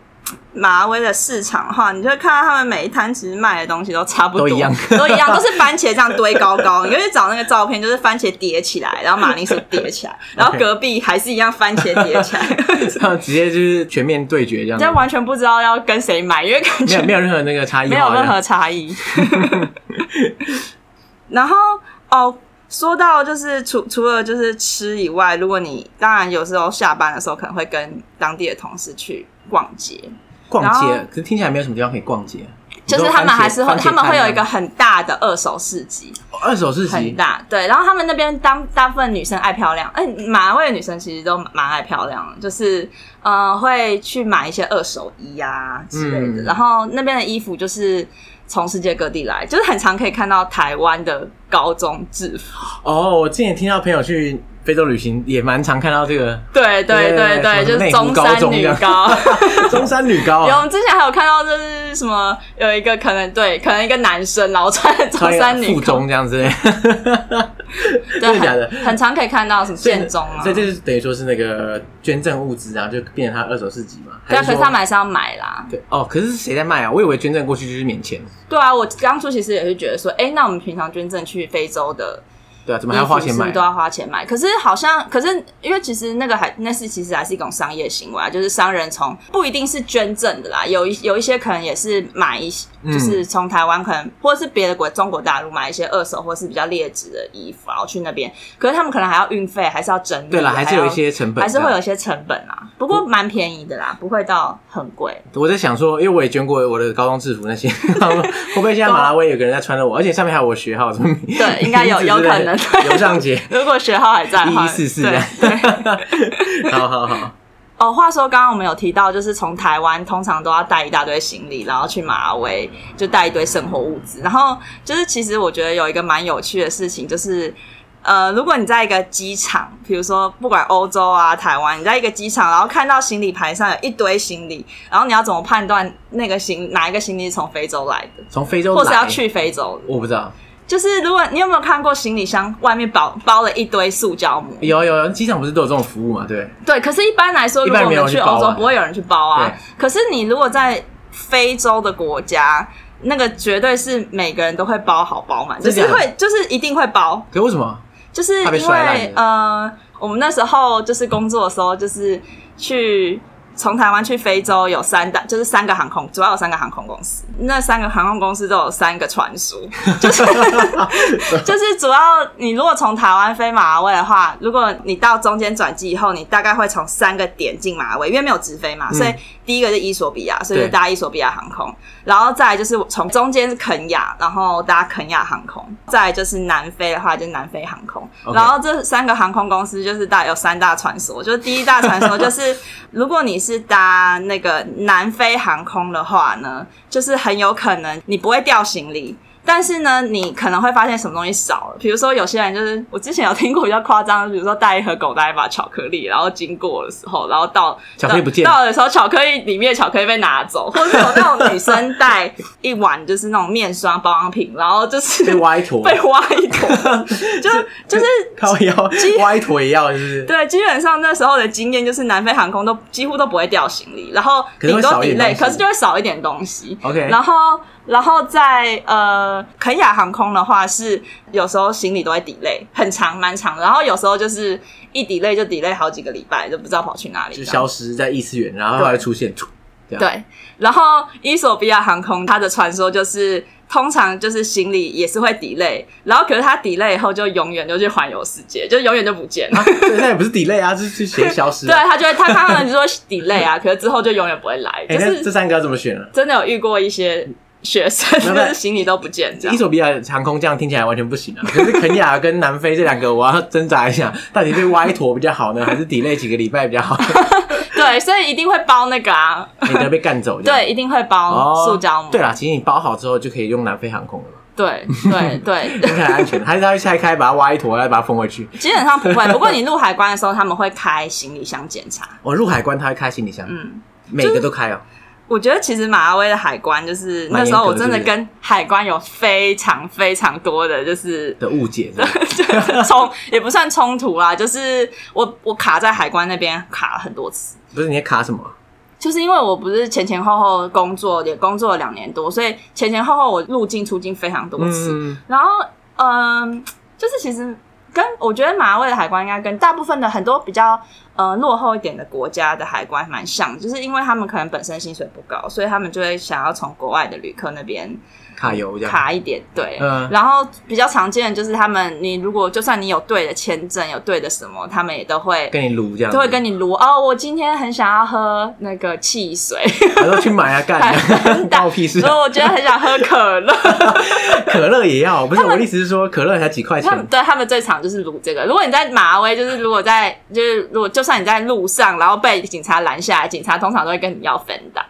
Speaker 2: 马威的市场的话，你就会看到他们每一摊其实卖的东西都差不多，
Speaker 1: 都一样，
Speaker 2: 都一样，都是番茄这样堆高 高。你就去找那个照片，就是番茄叠起来，然后马铃薯叠起来，然 后
Speaker 1: OK
Speaker 2: 隔壁还是一样番茄 叠起来，
Speaker 1: 他们直接就是全面对决这样
Speaker 2: 你
Speaker 1: 子
Speaker 2: 就，完全不知道要跟谁买，因为感
Speaker 1: 没
Speaker 2: 觉
Speaker 1: 有没有任何那个差异化
Speaker 2: 没
Speaker 1: 这样，
Speaker 2: 有任何差异。 然后哦，说到就是除除了就是吃以外，如果你当然有时候下班的时候可能会跟当地的同事去逛街，
Speaker 1: 逛
Speaker 2: 然
Speaker 1: 街，可是听起来没有什么地方可以逛街。
Speaker 2: 就是
Speaker 1: 你说
Speaker 2: 他们
Speaker 1: 番茄
Speaker 2: 还是会
Speaker 1: 番茄啊
Speaker 2: 他们会
Speaker 1: 摊
Speaker 2: 有一
Speaker 1: 吗
Speaker 2: 个很大的二手市集，
Speaker 1: 哦二手市
Speaker 2: 很
Speaker 1: 集，
Speaker 2: 大对。然后他们那边当大部分女生爱漂亮，哎、马来的女生其实都蛮爱漂亮的，就是呃会去买一些二手衣啊之类的。
Speaker 1: 嗯
Speaker 2: 然后那边的衣服就是从世界各地来，就是很常可以看到台湾的高中制服。
Speaker 1: 哦，我之前听到朋友去非洲旅行，也蛮常看到这 个
Speaker 2: 对对对
Speaker 1: 对什么
Speaker 2: 对，就是
Speaker 1: 内
Speaker 2: 中
Speaker 1: 湖高
Speaker 2: 山
Speaker 1: 中
Speaker 2: 女
Speaker 1: 这样
Speaker 2: 高。
Speaker 1: 中山女高
Speaker 2: 有，我
Speaker 1: 啊，
Speaker 2: 们之前还有看到，就是什么有一个可能对，可能一个男生，然后穿着中
Speaker 1: 穿
Speaker 2: 山女
Speaker 1: 附
Speaker 2: 高，
Speaker 1: 中这样子，
Speaker 2: 对，
Speaker 1: 真的假的？
Speaker 2: 很很常可以看到什么 建中啊，
Speaker 1: 所以这就是等于说是那个捐赠物资，然后就变成他二手市集嘛。
Speaker 2: 对啊，
Speaker 1: 还
Speaker 2: 可
Speaker 1: 是
Speaker 2: 是
Speaker 1: 说
Speaker 2: 他们还是要买啦。
Speaker 1: 对哦，可是谁在卖啊？我以为捐赠过去就是免钱，
Speaker 2: 对啊，我当初其实也是觉得说，哎、那我们平常捐赠去非洲的
Speaker 1: 对啊，怎
Speaker 2: 衣
Speaker 1: 么还要
Speaker 2: 服
Speaker 1: 花
Speaker 2: 是
Speaker 1: 钱
Speaker 2: 不是
Speaker 1: 买
Speaker 2: 都？要花钱买？可是好像，可是因为其实那个还那是其实还是一种商业行为啊，就是商人从不一定是捐赠的啦，有一有一些可能也是买一些，
Speaker 1: 嗯
Speaker 2: 就是从台湾可能或者是别的国中国大陆买一些二手或是比较劣质的衣服，然后去那边，可是他们可能还要运费，还是要整理，
Speaker 1: 对了，还是有一
Speaker 2: 要。
Speaker 1: 些成本，
Speaker 2: 还是会有一。些成本啊，不过蛮便宜的啦，不会到很贵。
Speaker 1: 我在想说，因为我也捐过我的高中制服 那些，会不会现在马拉维有个人在穿着我，而且上面还有我学号什么名？
Speaker 2: 对应该有
Speaker 1: 名字之类的
Speaker 2: 有可能
Speaker 1: 尤尚 杰
Speaker 2: 如果学号还在的话，
Speaker 1: 一一四四啊
Speaker 2: 对
Speaker 1: 的
Speaker 2: 对。，
Speaker 1: 好好好，
Speaker 2: 哦，话说刚刚我们有提到，就是从台湾通常都要带一大堆行李，然后去马拉维就带一堆生活物资。然后就是其实我觉得有一个蛮有趣的事情，就是呃，如果你在一个机场，比如说不管欧洲啊、台湾，你在一个机场，然后看到行李牌上有一堆行李，然后你要怎么判断那个行哪一个行李是从非洲来的，
Speaker 1: 从非洲
Speaker 2: 或是
Speaker 1: 来
Speaker 2: 要，去非洲的？
Speaker 1: 我不知道，
Speaker 2: 就是如果你有没有看过行李箱外面包包了一堆塑胶膜？
Speaker 1: 有有有，机场不是都有这种服务嘛？对不对，
Speaker 2: 对，可是一般来说，
Speaker 1: 一
Speaker 2: 如果
Speaker 1: 般
Speaker 2: 我
Speaker 1: 没有
Speaker 2: 们
Speaker 1: 人
Speaker 2: 去
Speaker 1: 去包
Speaker 2: 欧洲，
Speaker 1: 啊
Speaker 2: 不会有人去包啊
Speaker 1: 对。
Speaker 2: 可是你如果在非洲的国家，那个绝对是每个人都会包好包满，就
Speaker 1: 真
Speaker 2: 是
Speaker 1: 假的
Speaker 2: 会就是一定会包，
Speaker 1: 可为什 么？
Speaker 2: 就是
Speaker 1: 怕被
Speaker 2: 因
Speaker 1: 摔烂
Speaker 2: 为
Speaker 1: 的
Speaker 2: 呃，我们那时候就是工作的时候，就是去从台湾去非洲有三大，就是三个航空，主要有三个航空公司，那三个航空公司都有三个船输，就是 就是主要你如果从台湾飞马拉维的话，如果你到中间转机以后，你大概会从三个点进马拉维，因为没有直飞嘛，所以第一个是伊索比亚，所以就
Speaker 1: 对
Speaker 2: 搭伊索比亚航空，然后再来就是从中间是肯亚，然后搭肯亚航空，再来就是南非的话就是南非航空
Speaker 1: OK
Speaker 2: 然后这三个航空公司就是大有三大传说，就是第一大传说就是 如果你是搭那个南非航空的话呢，就是很有可能你不会掉行李。但是呢，你可能会发现什么东西少了，比如说有些人就是我之前有听过比较夸张，的，比如说带一盒狗带一把巧克力，然后经过的时候，然后到
Speaker 1: 巧克力不见
Speaker 2: 到到的时候，巧克力里面的巧克力被拿走，或者有那种女生带一碗就是那种面霜保养品，然后就是
Speaker 1: 被挖一坨，
Speaker 2: 被挖一坨，就就是
Speaker 1: 靠腰挖一坨也要，就是
Speaker 2: 对，基本上那时候的经验就是南非航空都几乎都不会掉行李，然后
Speaker 1: 可是
Speaker 2: 顶
Speaker 1: 会
Speaker 2: 多
Speaker 1: 少一点
Speaker 2: delay，
Speaker 1: 东西
Speaker 2: 可是就会少一点东西。
Speaker 1: OK
Speaker 2: 然后然后在呃肯亚航空的话是有时候行李都会 delay，很长蛮长的，然后有时候就是一 delay 就 delay 好几个礼拜，就不知道跑去哪里这
Speaker 1: 就
Speaker 2: 样。
Speaker 1: 消失在异次元，然后后来出现，这样
Speaker 2: 对，然后伊索比亚航空它的传说就是，通常就是行李也是会 delay，然后可是它 delay 以后就永远就去环游世界，就永远就不见了。
Speaker 1: 啊对，那也不是 delay 啊，这 是写消失
Speaker 2: 对，
Speaker 1: 啊。
Speaker 2: 它就会它他们就说 delay 啊，可是之后就永远不会来，啊就
Speaker 1: 哎，那这
Speaker 2: 是
Speaker 1: 三个要怎么选呢？
Speaker 2: 真的有遇过一些学生，
Speaker 1: 那
Speaker 2: 就
Speaker 1: 那
Speaker 2: 是行李都不见这
Speaker 1: 伊
Speaker 2: 样。
Speaker 1: 索比亚航空这样听起来完全不行啊！可是肯亚跟南非这两个，我要挣扎一下， 到底是挖一坨比较好呢，还是 delay 几个礼拜比 较好？
Speaker 2: 对，所以一定会包那个啊，
Speaker 1: 免得被干走。这样，
Speaker 2: 对，一定会包
Speaker 1: 哦，
Speaker 2: 塑胶膜。
Speaker 1: 对啦，其实你包好之后就可以用南非航空了嘛，
Speaker 2: 对对 对，
Speaker 1: 应该很安 全。还是它会拆开，把它挖一坨，再把它封回去。
Speaker 2: 基本上不会。不过你入海关的时候，他们会开行李箱检查。
Speaker 1: 我哦入海关，它会开行李箱，
Speaker 2: 嗯，
Speaker 1: 每个都开哦。
Speaker 2: 我觉得其实马拉维的海关就是
Speaker 1: 蛮
Speaker 2: 那
Speaker 1: 严
Speaker 2: 时
Speaker 1: 格的
Speaker 2: 候我真的
Speaker 1: 是不是
Speaker 2: 跟海关有非常非常多的就是
Speaker 1: 的误解这样
Speaker 2: 冲也不算冲突啦，就是我我卡在海关那边卡了很多次，
Speaker 1: 不是你在卡什么？
Speaker 2: 就是因为我不是前前后后工作也工作了两年多，所以前前后后我入境出境非常多次，
Speaker 1: 嗯，
Speaker 2: 然后，嗯，就是其实跟我觉得马来的海关应该跟大部分的很多比较呃落后一点的国家的海关蛮像，就是因为他们可能本身薪水不高，所以他们就会想要从国外的旅客那边
Speaker 1: 卡油这样。
Speaker 2: 卡一点，对。
Speaker 1: 嗯
Speaker 2: 然后比较常见的就是他们，你如果就算你有对的签证，有对的什么，他们也都会。
Speaker 1: 跟你撸这样子，
Speaker 2: 都会跟你撸哦，我今天很想要喝那个汽水，
Speaker 1: 他说去买啊，干
Speaker 2: 很
Speaker 1: 关我屁事
Speaker 2: 所以
Speaker 1: 啊！
Speaker 2: 我觉得很想喝可乐。
Speaker 1: 可乐也要，不是我的意思是说，可乐才几块
Speaker 2: 他们
Speaker 1: 钱，
Speaker 2: 对他们最常就是撸这个。如果你在马拉威，就是如果在就是如果就算你在路上，然后被警察拦下来，警察通常都会跟你要 Fenda，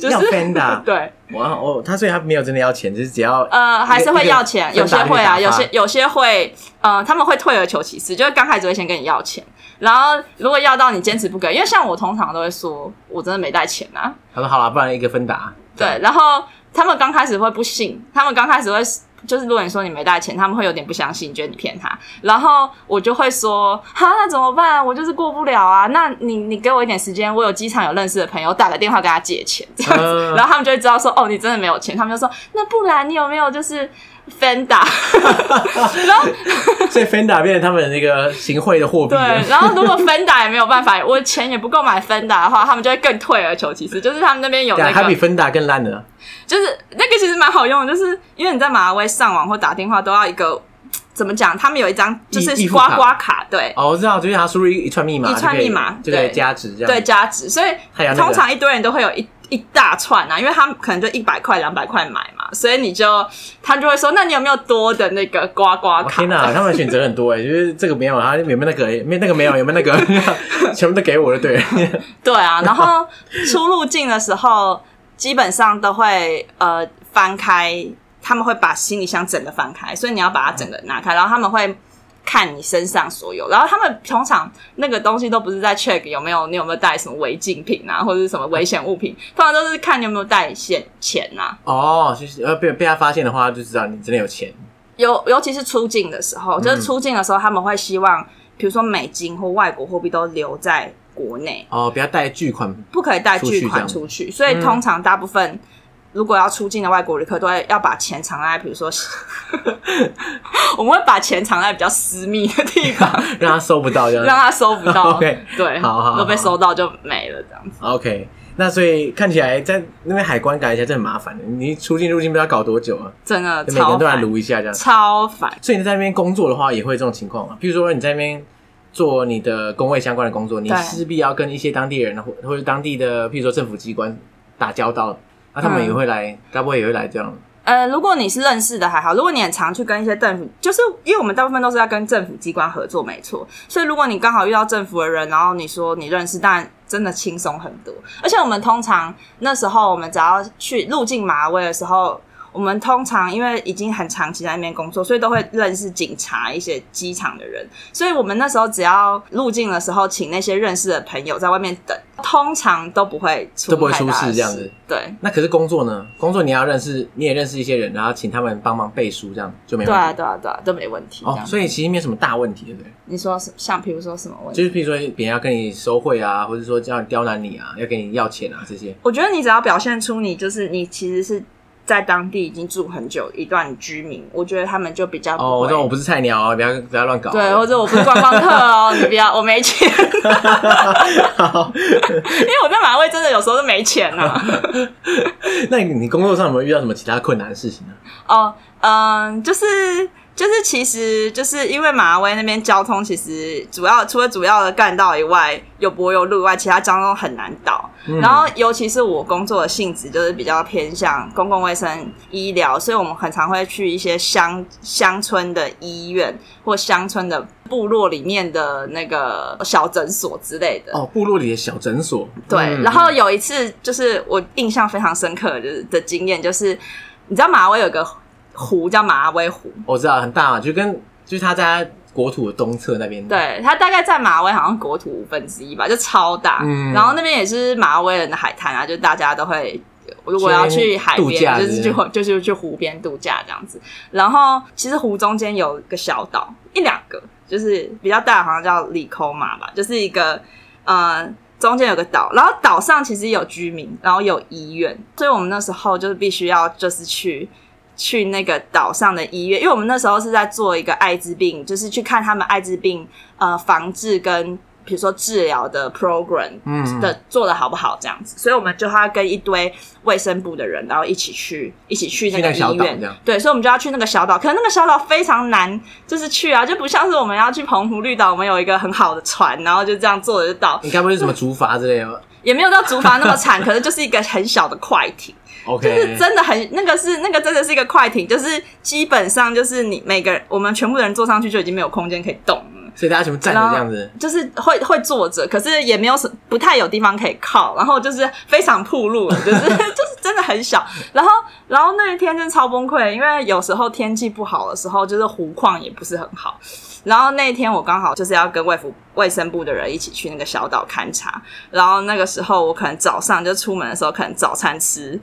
Speaker 2: 就是
Speaker 1: 要 Fenda
Speaker 2: 对，
Speaker 1: 哇哦，他所以他没有真的要钱，就是只要
Speaker 2: 呃，还是会要钱，
Speaker 1: 一个
Speaker 2: 有些会啊，
Speaker 1: 一
Speaker 2: 有
Speaker 1: 个分打一个打发
Speaker 2: 些有些会，呃，他们会退而求其次，就是刚开始会先跟你要钱，然后如果要到你坚持不给，因为像我通常都会说，我真的没带钱啊，
Speaker 1: 他说好了，不然一个分 打。
Speaker 2: 对，然后他们刚开始会不信，他们刚开始会就是如果你说你没带钱，他们会有点不相信，觉得你骗他。然后我就会说，哈，那怎么办？我就是过不了啊。那你你给我一点时间，我有机场有认识的朋友，打个电话跟他借钱，这样子。
Speaker 1: 嗯
Speaker 2: 然后他们就会知道说，哦，你真的没有钱。他们就说，那不然你有没有就是？Fenda，然后
Speaker 1: 所以 Fenda 变成他们那个行贿的货币
Speaker 2: 对
Speaker 1: 了，
Speaker 2: 然后如果 Fenda 也没有办法，我钱也不够买 Fenda 的话，他们就会更退而求其次，就是他们那边有
Speaker 1: 对啊，
Speaker 2: 那
Speaker 1: 还
Speaker 2: 个
Speaker 1: 比 Fenda 更烂的。
Speaker 2: 就是那个其实蛮好用的，就是因为你在马拉维上网或打电话都要一个怎么讲，他们有一张就
Speaker 1: 易易
Speaker 2: 是
Speaker 1: 付卡
Speaker 2: 刮刮卡，对。
Speaker 1: 哦，我知道，就是他输入一一串密码，
Speaker 2: 一串密码
Speaker 1: 就可以就可以
Speaker 2: 对
Speaker 1: 加值这样。
Speaker 2: 对，加值，所以
Speaker 1: 还有那个
Speaker 2: 通常一堆人都会有一一大串啊，因为他们可能就一百块、两百块买嘛，所以你就他就会说，那你有没有多的那个刮刮
Speaker 1: 哦
Speaker 2: 卡？
Speaker 1: 天哪，他们选择很多哎， 就是这个没有，他有没有那个，没那个 没有，有没有那个，全部都给我就对 了。
Speaker 2: 对啊，然后出入境的时候，基本上都会呃翻开，他们会把行李箱整个翻开，所以你要把它整个拿开，然后他们会看你身上所有，然后他们通常那个东西都不是在 check 有没有你有没有带什么违禁品啊，或者是什么危险物品，通常都是看你有没有带现钱啊。
Speaker 1: 哦，就是呃被被他发现的话，就知道你真的有钱。
Speaker 2: 尤尤其是出境的时候，就是出境的时候，他们会希望，比如说美金或外国货币都留在国内，
Speaker 1: 哦，不要带巨款
Speaker 2: 不可以带巨款
Speaker 1: 出
Speaker 2: 出去，所以通常大部分。如果要出境的外国旅客，都会要把钱藏在，比如说， 我们会把钱藏在比较私密的 地方，
Speaker 1: 让他搜不到这样子。
Speaker 2: 让他收 不到。
Speaker 1: 嗯哦 OK
Speaker 2: 对，
Speaker 1: 好好好
Speaker 2: 都被收到就没了这样子。
Speaker 1: OK，那所以看起来在那边海关改一下，这很麻烦的。你出境入境不知道搞多久啊，
Speaker 2: 真的
Speaker 1: 就每个
Speaker 2: 超
Speaker 1: 人都来
Speaker 2: 烦，
Speaker 1: 撸一下这样。
Speaker 2: 超烦。
Speaker 1: 所以你在那边工作的话，也会有这种情况啊。比如说你在那边做你的工位相关的工作，你
Speaker 2: 对
Speaker 1: 势必要跟一些当地人或或者当地的，譬如说政府机关打交道，那、他们
Speaker 2: 嗯
Speaker 1: 也会来，该不会也会来这样？
Speaker 2: 呃，如果你是认识的还好，如果你很常去跟一些政府，就是因为我们大部分都是在跟政府机关合作，没错。所以如果你刚好遇到政府的人，然后你说你认识，但真的轻松很多。而且我们通常那时候，我们只要去入境马威的时候。我们通常因为已经很长期在那边工作，所以都会认识警察、一些机场的人。所以我们那时候只要入境的时候，请那些认识的朋友在外面等，通常都不会出
Speaker 1: 都不会
Speaker 2: 太
Speaker 1: 出
Speaker 2: 大的
Speaker 1: 事这样子。
Speaker 2: 对，
Speaker 1: 那可是工作呢？工作你要认识，你也认识一些人，然后请他们帮忙背书，这样就没
Speaker 2: 对
Speaker 1: 问题。
Speaker 2: 啊，对啊，对啊，都没问题。这
Speaker 1: 哦
Speaker 2: 样，子
Speaker 1: 所以其实没有什么大问题，对不对？
Speaker 2: 你说是像比如说什么问
Speaker 1: 就
Speaker 2: 题？
Speaker 1: 是譬如说别人要跟你收贿啊，或者说叫你刁难你啊，要跟你要钱啊这些。
Speaker 2: 我觉得你只要表现出你就是你其实是在当地已经住很久一段居民，我觉得他们就比较不
Speaker 1: 哦，我
Speaker 2: 会。
Speaker 1: 说我不是菜鸟啊，不要不要乱搞。
Speaker 2: 对，或者我不是观光客哦，你不要，我没钱， 因
Speaker 1: 好，
Speaker 2: 为我在马位真的有时候是没钱啊呢、
Speaker 1: 那你你工作上有没有遇到什么其他困难的事情啊呢、
Speaker 2: 哦，嗯，就是就是，其实就是因为马拉维那边交通其实主要除了主要的干道以外，有柏油路以外，其他交通都很难导。然后尤其是我工作的性质就是比较偏向公共卫生医疗，所以我们很常会去一些乡乡村的医院或乡村的部落里面的那个小诊所之类的。
Speaker 1: 哦，部落里的小诊所。
Speaker 2: 对，
Speaker 1: 嗯
Speaker 2: 然后有一次就是我印象非常深刻的就是的经验，就是你知道马威有个湖叫马威湖，
Speaker 1: 我知道很大嘛，啊就跟就是他在国土的东侧那边。，
Speaker 2: 对，它大概在马威好像国土五分之一吧，就超大。
Speaker 1: 嗯
Speaker 2: 然后那边也是马威人的海滩啊，就大家都会。如果
Speaker 1: 去
Speaker 2: 要去海
Speaker 1: 度假
Speaker 2: 边，就
Speaker 1: 之
Speaker 2: 是
Speaker 1: 类
Speaker 2: 去
Speaker 1: 的
Speaker 2: 就是去湖边度假这样子。然后其实湖中间有一个小岛，一两个，就是比较大，好像叫里科马吧，就是一个呃中间有个岛，然后岛上其实有居民，然后有医院，所以我们那时候就是必须要就是去去那个岛上的医院，因为我们那时候是在做一个艾滋病，就是去看他们艾滋病呃防治跟比如说治疗的 program
Speaker 1: 嗯
Speaker 2: 的做的好不好这样子，所以我们就要跟一堆卫生部的人，然后一起去一起去那个
Speaker 1: 去那个
Speaker 2: 医
Speaker 1: 小岛这
Speaker 2: 院
Speaker 1: 样，
Speaker 2: 对，所以我们就要去那个小岛，可能那个小岛非常难，就是去啊，就不像是我们要去澎湖绿岛，我们有一个很好的船，然后就这样坐着就到，
Speaker 1: 你该不会是什么竹筏之类 的吧
Speaker 2: 也没有到竹筏那 么惨，可是就是一个很小的快艇。
Speaker 1: ？OK，
Speaker 2: 就是真的很那个是那个真的是一个快艇，就是基本上就是你每个人我们全部人坐上去就已经没有空间可以动了，
Speaker 1: 所以大家全部站着这样子。
Speaker 2: 就是会会坐着，可是也没有什不太有地方可以靠，然后就是非常铺路了，就是 就是真的很小。 然后然后那一天真的超崩溃，因为有时候天气不好的时候，就是湖况也不是很好。然后那一天我刚好就是要跟卫福卫生部的人一起去那个小岛勘察，然后那个时候我可能早上就出门的时候，可能早餐吃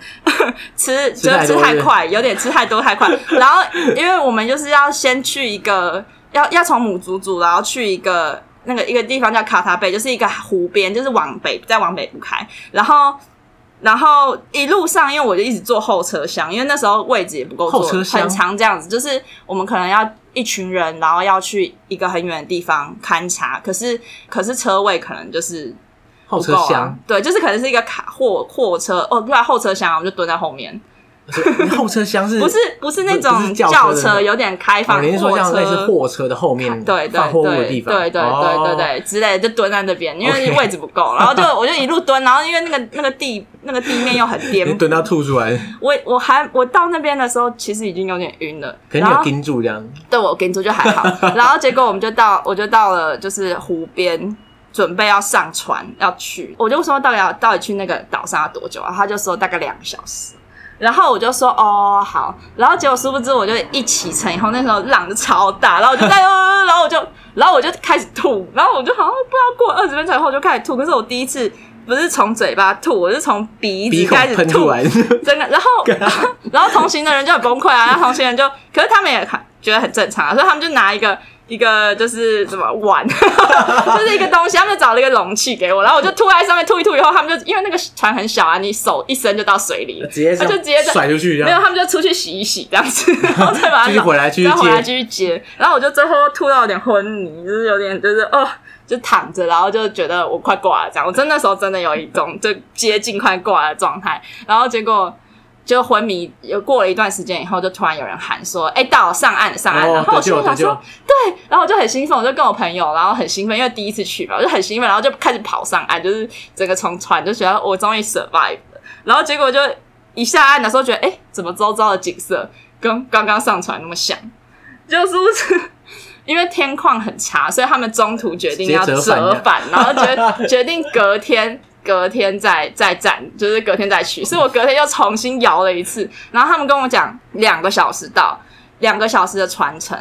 Speaker 2: 吃
Speaker 1: 吃
Speaker 2: 就
Speaker 1: 太
Speaker 2: 是吃
Speaker 1: 多
Speaker 2: 太
Speaker 1: 是不是
Speaker 2: 快，有点吃太多太快。然后因为我们就是要先去一个要要从母族族，然后去一个那个一个地方叫卡塔贝，就是一个湖边，就是往北再往北不开，然后。然后一路上，因为我就一直坐后车厢，因为那时候位置也不够坐，
Speaker 1: 后车厢
Speaker 2: 很常这样子，就是我们可能要一群人，然后要去一个很远的地方勘察，可是可是车位可能就是
Speaker 1: 后
Speaker 2: 不
Speaker 1: 车
Speaker 2: 够啊
Speaker 1: 厢，
Speaker 2: 对，就是可能是一个卡货货车哦，对啊，后车厢，我们就蹲在后面，
Speaker 1: 后车厢是
Speaker 2: 啊 不是不是那
Speaker 1: 不是
Speaker 2: 种
Speaker 1: 轿
Speaker 2: 轿
Speaker 1: 车的那
Speaker 2: 车，有点开
Speaker 1: 哦，
Speaker 2: 放
Speaker 1: 你是说
Speaker 2: 货
Speaker 1: 像
Speaker 2: 车，
Speaker 1: 类似货车的后面
Speaker 2: 对对
Speaker 1: 放货物的
Speaker 2: 对
Speaker 1: 地
Speaker 2: 对
Speaker 1: 方？哦
Speaker 2: 对对对对之类的，就蹲在那边，因为
Speaker 1: OK
Speaker 2: 位置不够，然后就 我就一路蹲，然后因为那个那个地那个地面又很颠
Speaker 1: 对你
Speaker 2: 簸，
Speaker 1: 蹲到吐出来，
Speaker 2: 我我还我到那边的时候其实已经有点晕了，
Speaker 1: 可能
Speaker 2: 然
Speaker 1: 你有
Speaker 2: 后
Speaker 1: 盯住这样。
Speaker 2: 对我跟你说就还 好。然后结果我们就到，我就到了就是湖边，准备要上船要去。我就说到底要到底去那个岛上要多久啊？他就说大概两个小时。然后我就说哦好，然后结果殊不知我就一启程以后，那时候浪就超大，然后我就在，呃然后我就，然后我就开始吐，然后我就好像不知道过二十分钟以后我就开始吐，可是我第一次不是从嘴巴吐，我是从鼻
Speaker 1: 鼻
Speaker 2: 子
Speaker 1: 孔
Speaker 2: 开始
Speaker 1: 喷
Speaker 2: 吐
Speaker 1: 出，来，
Speaker 2: 真的。然后，然后同行的人就很崩溃啊，然后同行人就，可是他们也看觉得很正常啊，所以他们就拿一个一个就是什么碗， 就是一个东西，他们就找了一个容器给我，然后我就吐在上面，吐一吐以后，他们就因为那个船很小啊，你手一伸就到水里，
Speaker 1: 直接
Speaker 2: 他啊就直接在
Speaker 1: 甩出去这
Speaker 2: 没有，
Speaker 1: 样。
Speaker 2: 他们就出去洗一洗这样 子，然后再把它
Speaker 1: 继续
Speaker 2: 捞
Speaker 1: 回来继续
Speaker 2: 再回来
Speaker 1: 接
Speaker 2: 继续接。然后我就最后吐到有点昏迷，就是有点就是哦，就躺着，然后就觉得我快挂了这样。我真的那时候真的有一种就接近快挂的状态，然后结果。就昏迷，有过了一段时间以后，就突然有人喊说：“哎、到上岸了，上岸了！”
Speaker 1: 哦
Speaker 2: 然后
Speaker 1: 得
Speaker 2: 我
Speaker 1: 救
Speaker 2: 心里想
Speaker 1: 得救
Speaker 2: 说：“对。”然后我就很兴奋，我就跟我朋友，然后很兴奋，因为第一次去嘛，我就很兴奋，然后就开始跑上岸，就是整个从船就觉得我终于 survive 了。然后结果就一下岸的时候觉得，哎、怎么周遭的景色跟刚刚上船那么像？就是不是因为天况很差，所以他们中途决定要
Speaker 1: 直接折返
Speaker 2: 折返，然后决决定隔天。隔天再再站，就是隔天再去，所以我隔天又重新摇了一次。然后他们跟我讲两个小时到，两个小时的船程，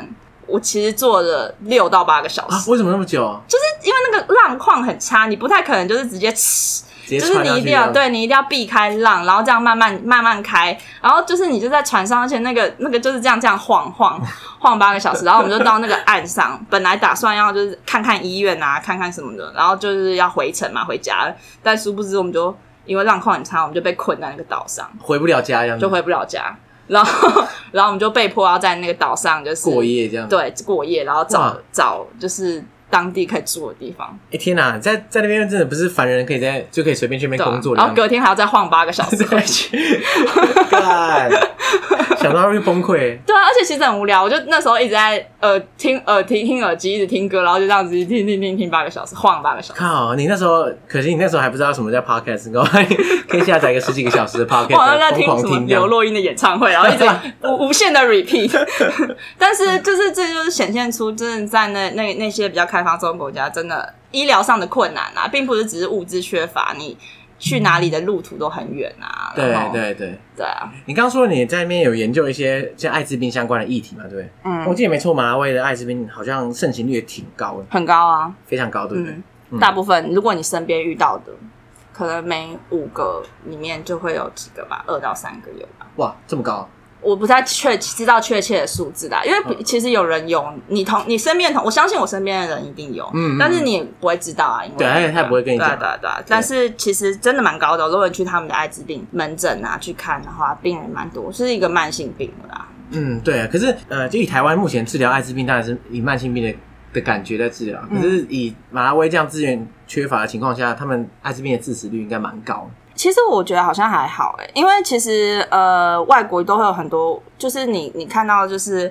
Speaker 2: 我其实坐了六到八个小时，
Speaker 1: 啊，为什么那么久？
Speaker 2: 因为那个浪况很差，你不太可能就是直接呲
Speaker 1: 直接
Speaker 2: 就是
Speaker 1: 穿
Speaker 2: 你
Speaker 1: 上
Speaker 2: 一
Speaker 1: 去这
Speaker 2: 定要
Speaker 1: 样。
Speaker 2: 对你一定要避开浪，然后这样慢慢慢慢开，然后就是你就在船上，而且那个那个就是这样这样晃晃晃八个 小时，然后我们就到那个岸上，本来打算要就是看看医院啊，看看什么的，然后就是要回程嘛，回家了，但殊不知我们就因为浪况很差，我们就被困在那个岛上，
Speaker 1: 回不了家这样子
Speaker 2: 就，回不了家，然后 然后我们就被迫要在那个岛上就是
Speaker 1: 过夜这样。
Speaker 2: 对过夜，然后找
Speaker 1: 哇
Speaker 2: 找就是当地可以住的地方。
Speaker 1: 哎天哪，在在那边真的不是凡人可以在就可以随便去那
Speaker 2: 对
Speaker 1: 边
Speaker 2: 啊
Speaker 1: 工作的
Speaker 2: 然后
Speaker 1: 样子。
Speaker 2: 隔天还要再晃八个小时回去。
Speaker 1: 干，想到会崩溃。
Speaker 2: 对啊，而且其实很无聊，我就那时候一直在呃听耳听听耳机，一直听歌，然后就这样子一直听听听听八个小时，晃八个小时。
Speaker 1: 靠，你那时候，可惜你那时候还不知道什么叫 podcast，然后可以下载一个十几个小时的
Speaker 2: 我好像
Speaker 1: podcast，
Speaker 2: 在
Speaker 1: 疯狂
Speaker 2: 什么
Speaker 1: 听这
Speaker 2: 刘
Speaker 1: 样。
Speaker 2: 若英的演唱会，然后一 直无无限的 repeat。但是就是这就是显现出，真的在那那那些比较开发中国家，真的医疗上的困难啊，并不是只是物资缺乏，你去哪里的路途都很远啊。然
Speaker 1: 对
Speaker 2: 后
Speaker 1: 对对，
Speaker 2: 对啊，
Speaker 1: 你刚刚说你在那边有研究一些像艾滋病相关的议题嘛？对不对，
Speaker 2: 嗯
Speaker 1: 我记得没错，马拉维的艾滋病好像盛行率也挺高的，
Speaker 2: 很高啊。
Speaker 1: 非常高，对不对？嗯
Speaker 2: 大部分如果你身边遇到的，可能每五个里面就会有几个吧，二到三个有吧。
Speaker 1: 哇，这么高，
Speaker 2: 我不太确知道确切的数字啦，因为
Speaker 1: 嗯
Speaker 2: 比其实有人有，你同你身边的同，我相信我身边的人一定有，
Speaker 1: 嗯嗯
Speaker 2: 但是你也不会知道啊，因为
Speaker 1: 对他也他也不会跟你讲
Speaker 2: 对啊对啊对啊。但是其实真的蛮高的哦，如果你去他们的艾滋病门诊啊去看的话，病人蛮多，是一个慢性病的啦。
Speaker 1: 嗯，对啊。可是呃，就以台湾目前治疗艾滋病，当然是以慢性病的的感觉在治疗。
Speaker 2: 嗯
Speaker 1: 可是以马拉维这样资源缺乏的情况下，他们艾滋病的致死率应该蛮高的。
Speaker 2: 其实我觉得好像还好哎、因为其实呃，外国都会有很多，就是你你看到就是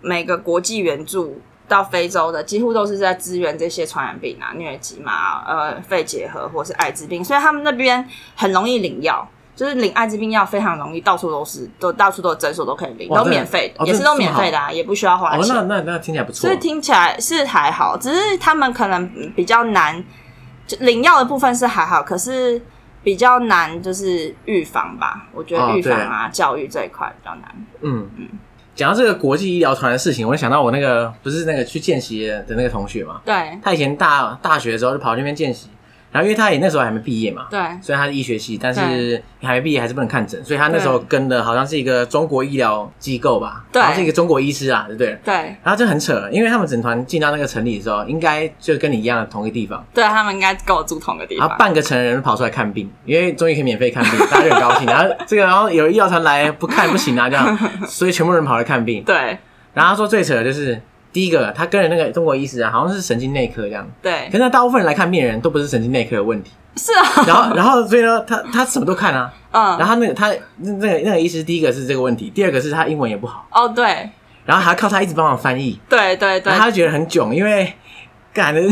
Speaker 2: 每个国际援助到非洲的，几乎都是在支援这些传染病啊、疟疾嘛、呃肺结核或是艾滋病，所以他们那边很容易领药。就是领艾滋病药非常容易，到处都是，都到处都有诊所都可以领，
Speaker 1: 哇
Speaker 2: 都
Speaker 1: 真的
Speaker 2: 免费的，
Speaker 1: 哦
Speaker 2: 也是
Speaker 1: 真的
Speaker 2: 都免费的、啊，也不需要花
Speaker 1: 哦，
Speaker 2: 钱。
Speaker 1: 那那那听起来不错
Speaker 2: 所以。听起来是还好，只是他们可能嗯比较难，就领药的部分是还好，可是比较难就是预防吧。我觉
Speaker 1: 哦
Speaker 2: 得预防
Speaker 1: 对
Speaker 2: 啊、教育这一块比较难。
Speaker 1: 嗯，讲到这个国际医疗团的事情，我就想到我那个不是那个去见习的那个同学嘛，
Speaker 2: 对
Speaker 1: 他以前大大学的时候就跑去那边见习，然后因为他也那时候还没毕业嘛，
Speaker 2: 对
Speaker 1: 虽然他是医学系，但是还没毕业还是不能看诊，所以他那时候跟的好像是一个中国医疗机构吧，
Speaker 2: 对
Speaker 1: 好像是一个中国医师啊，对不对？
Speaker 2: 对
Speaker 1: 然后就很扯，因为他们整团进到那个城里的时候，应该就跟你一样的同一个地方，
Speaker 2: 对，他们应该跟我住同个地
Speaker 1: 然
Speaker 2: 方
Speaker 1: 后。半个成人跑出来看病，因为终于可以免费看 病，大家就很高兴。然后这个，然后有医疗团来不看不行啊，这样，所以全部人跑来看病。
Speaker 2: 对
Speaker 1: 然后他说最扯的就是第一个，他跟着那个中国医师啊，好像是神经内科这样，
Speaker 2: 对
Speaker 1: 可，是那大部分人来看病的人都不是神经内科的问题。
Speaker 2: 是啊，
Speaker 1: 然后，然后所以呢，他他什么都看啊。 然后他
Speaker 2: 嗯，
Speaker 1: 那个他那那个那个医师，第一个是这个问题，第二个是他英文也不好，
Speaker 2: 哦，对
Speaker 1: 然后还要靠他一直帮忙翻译，
Speaker 2: 对对对
Speaker 1: 然后他就觉得很囧，因为。感觉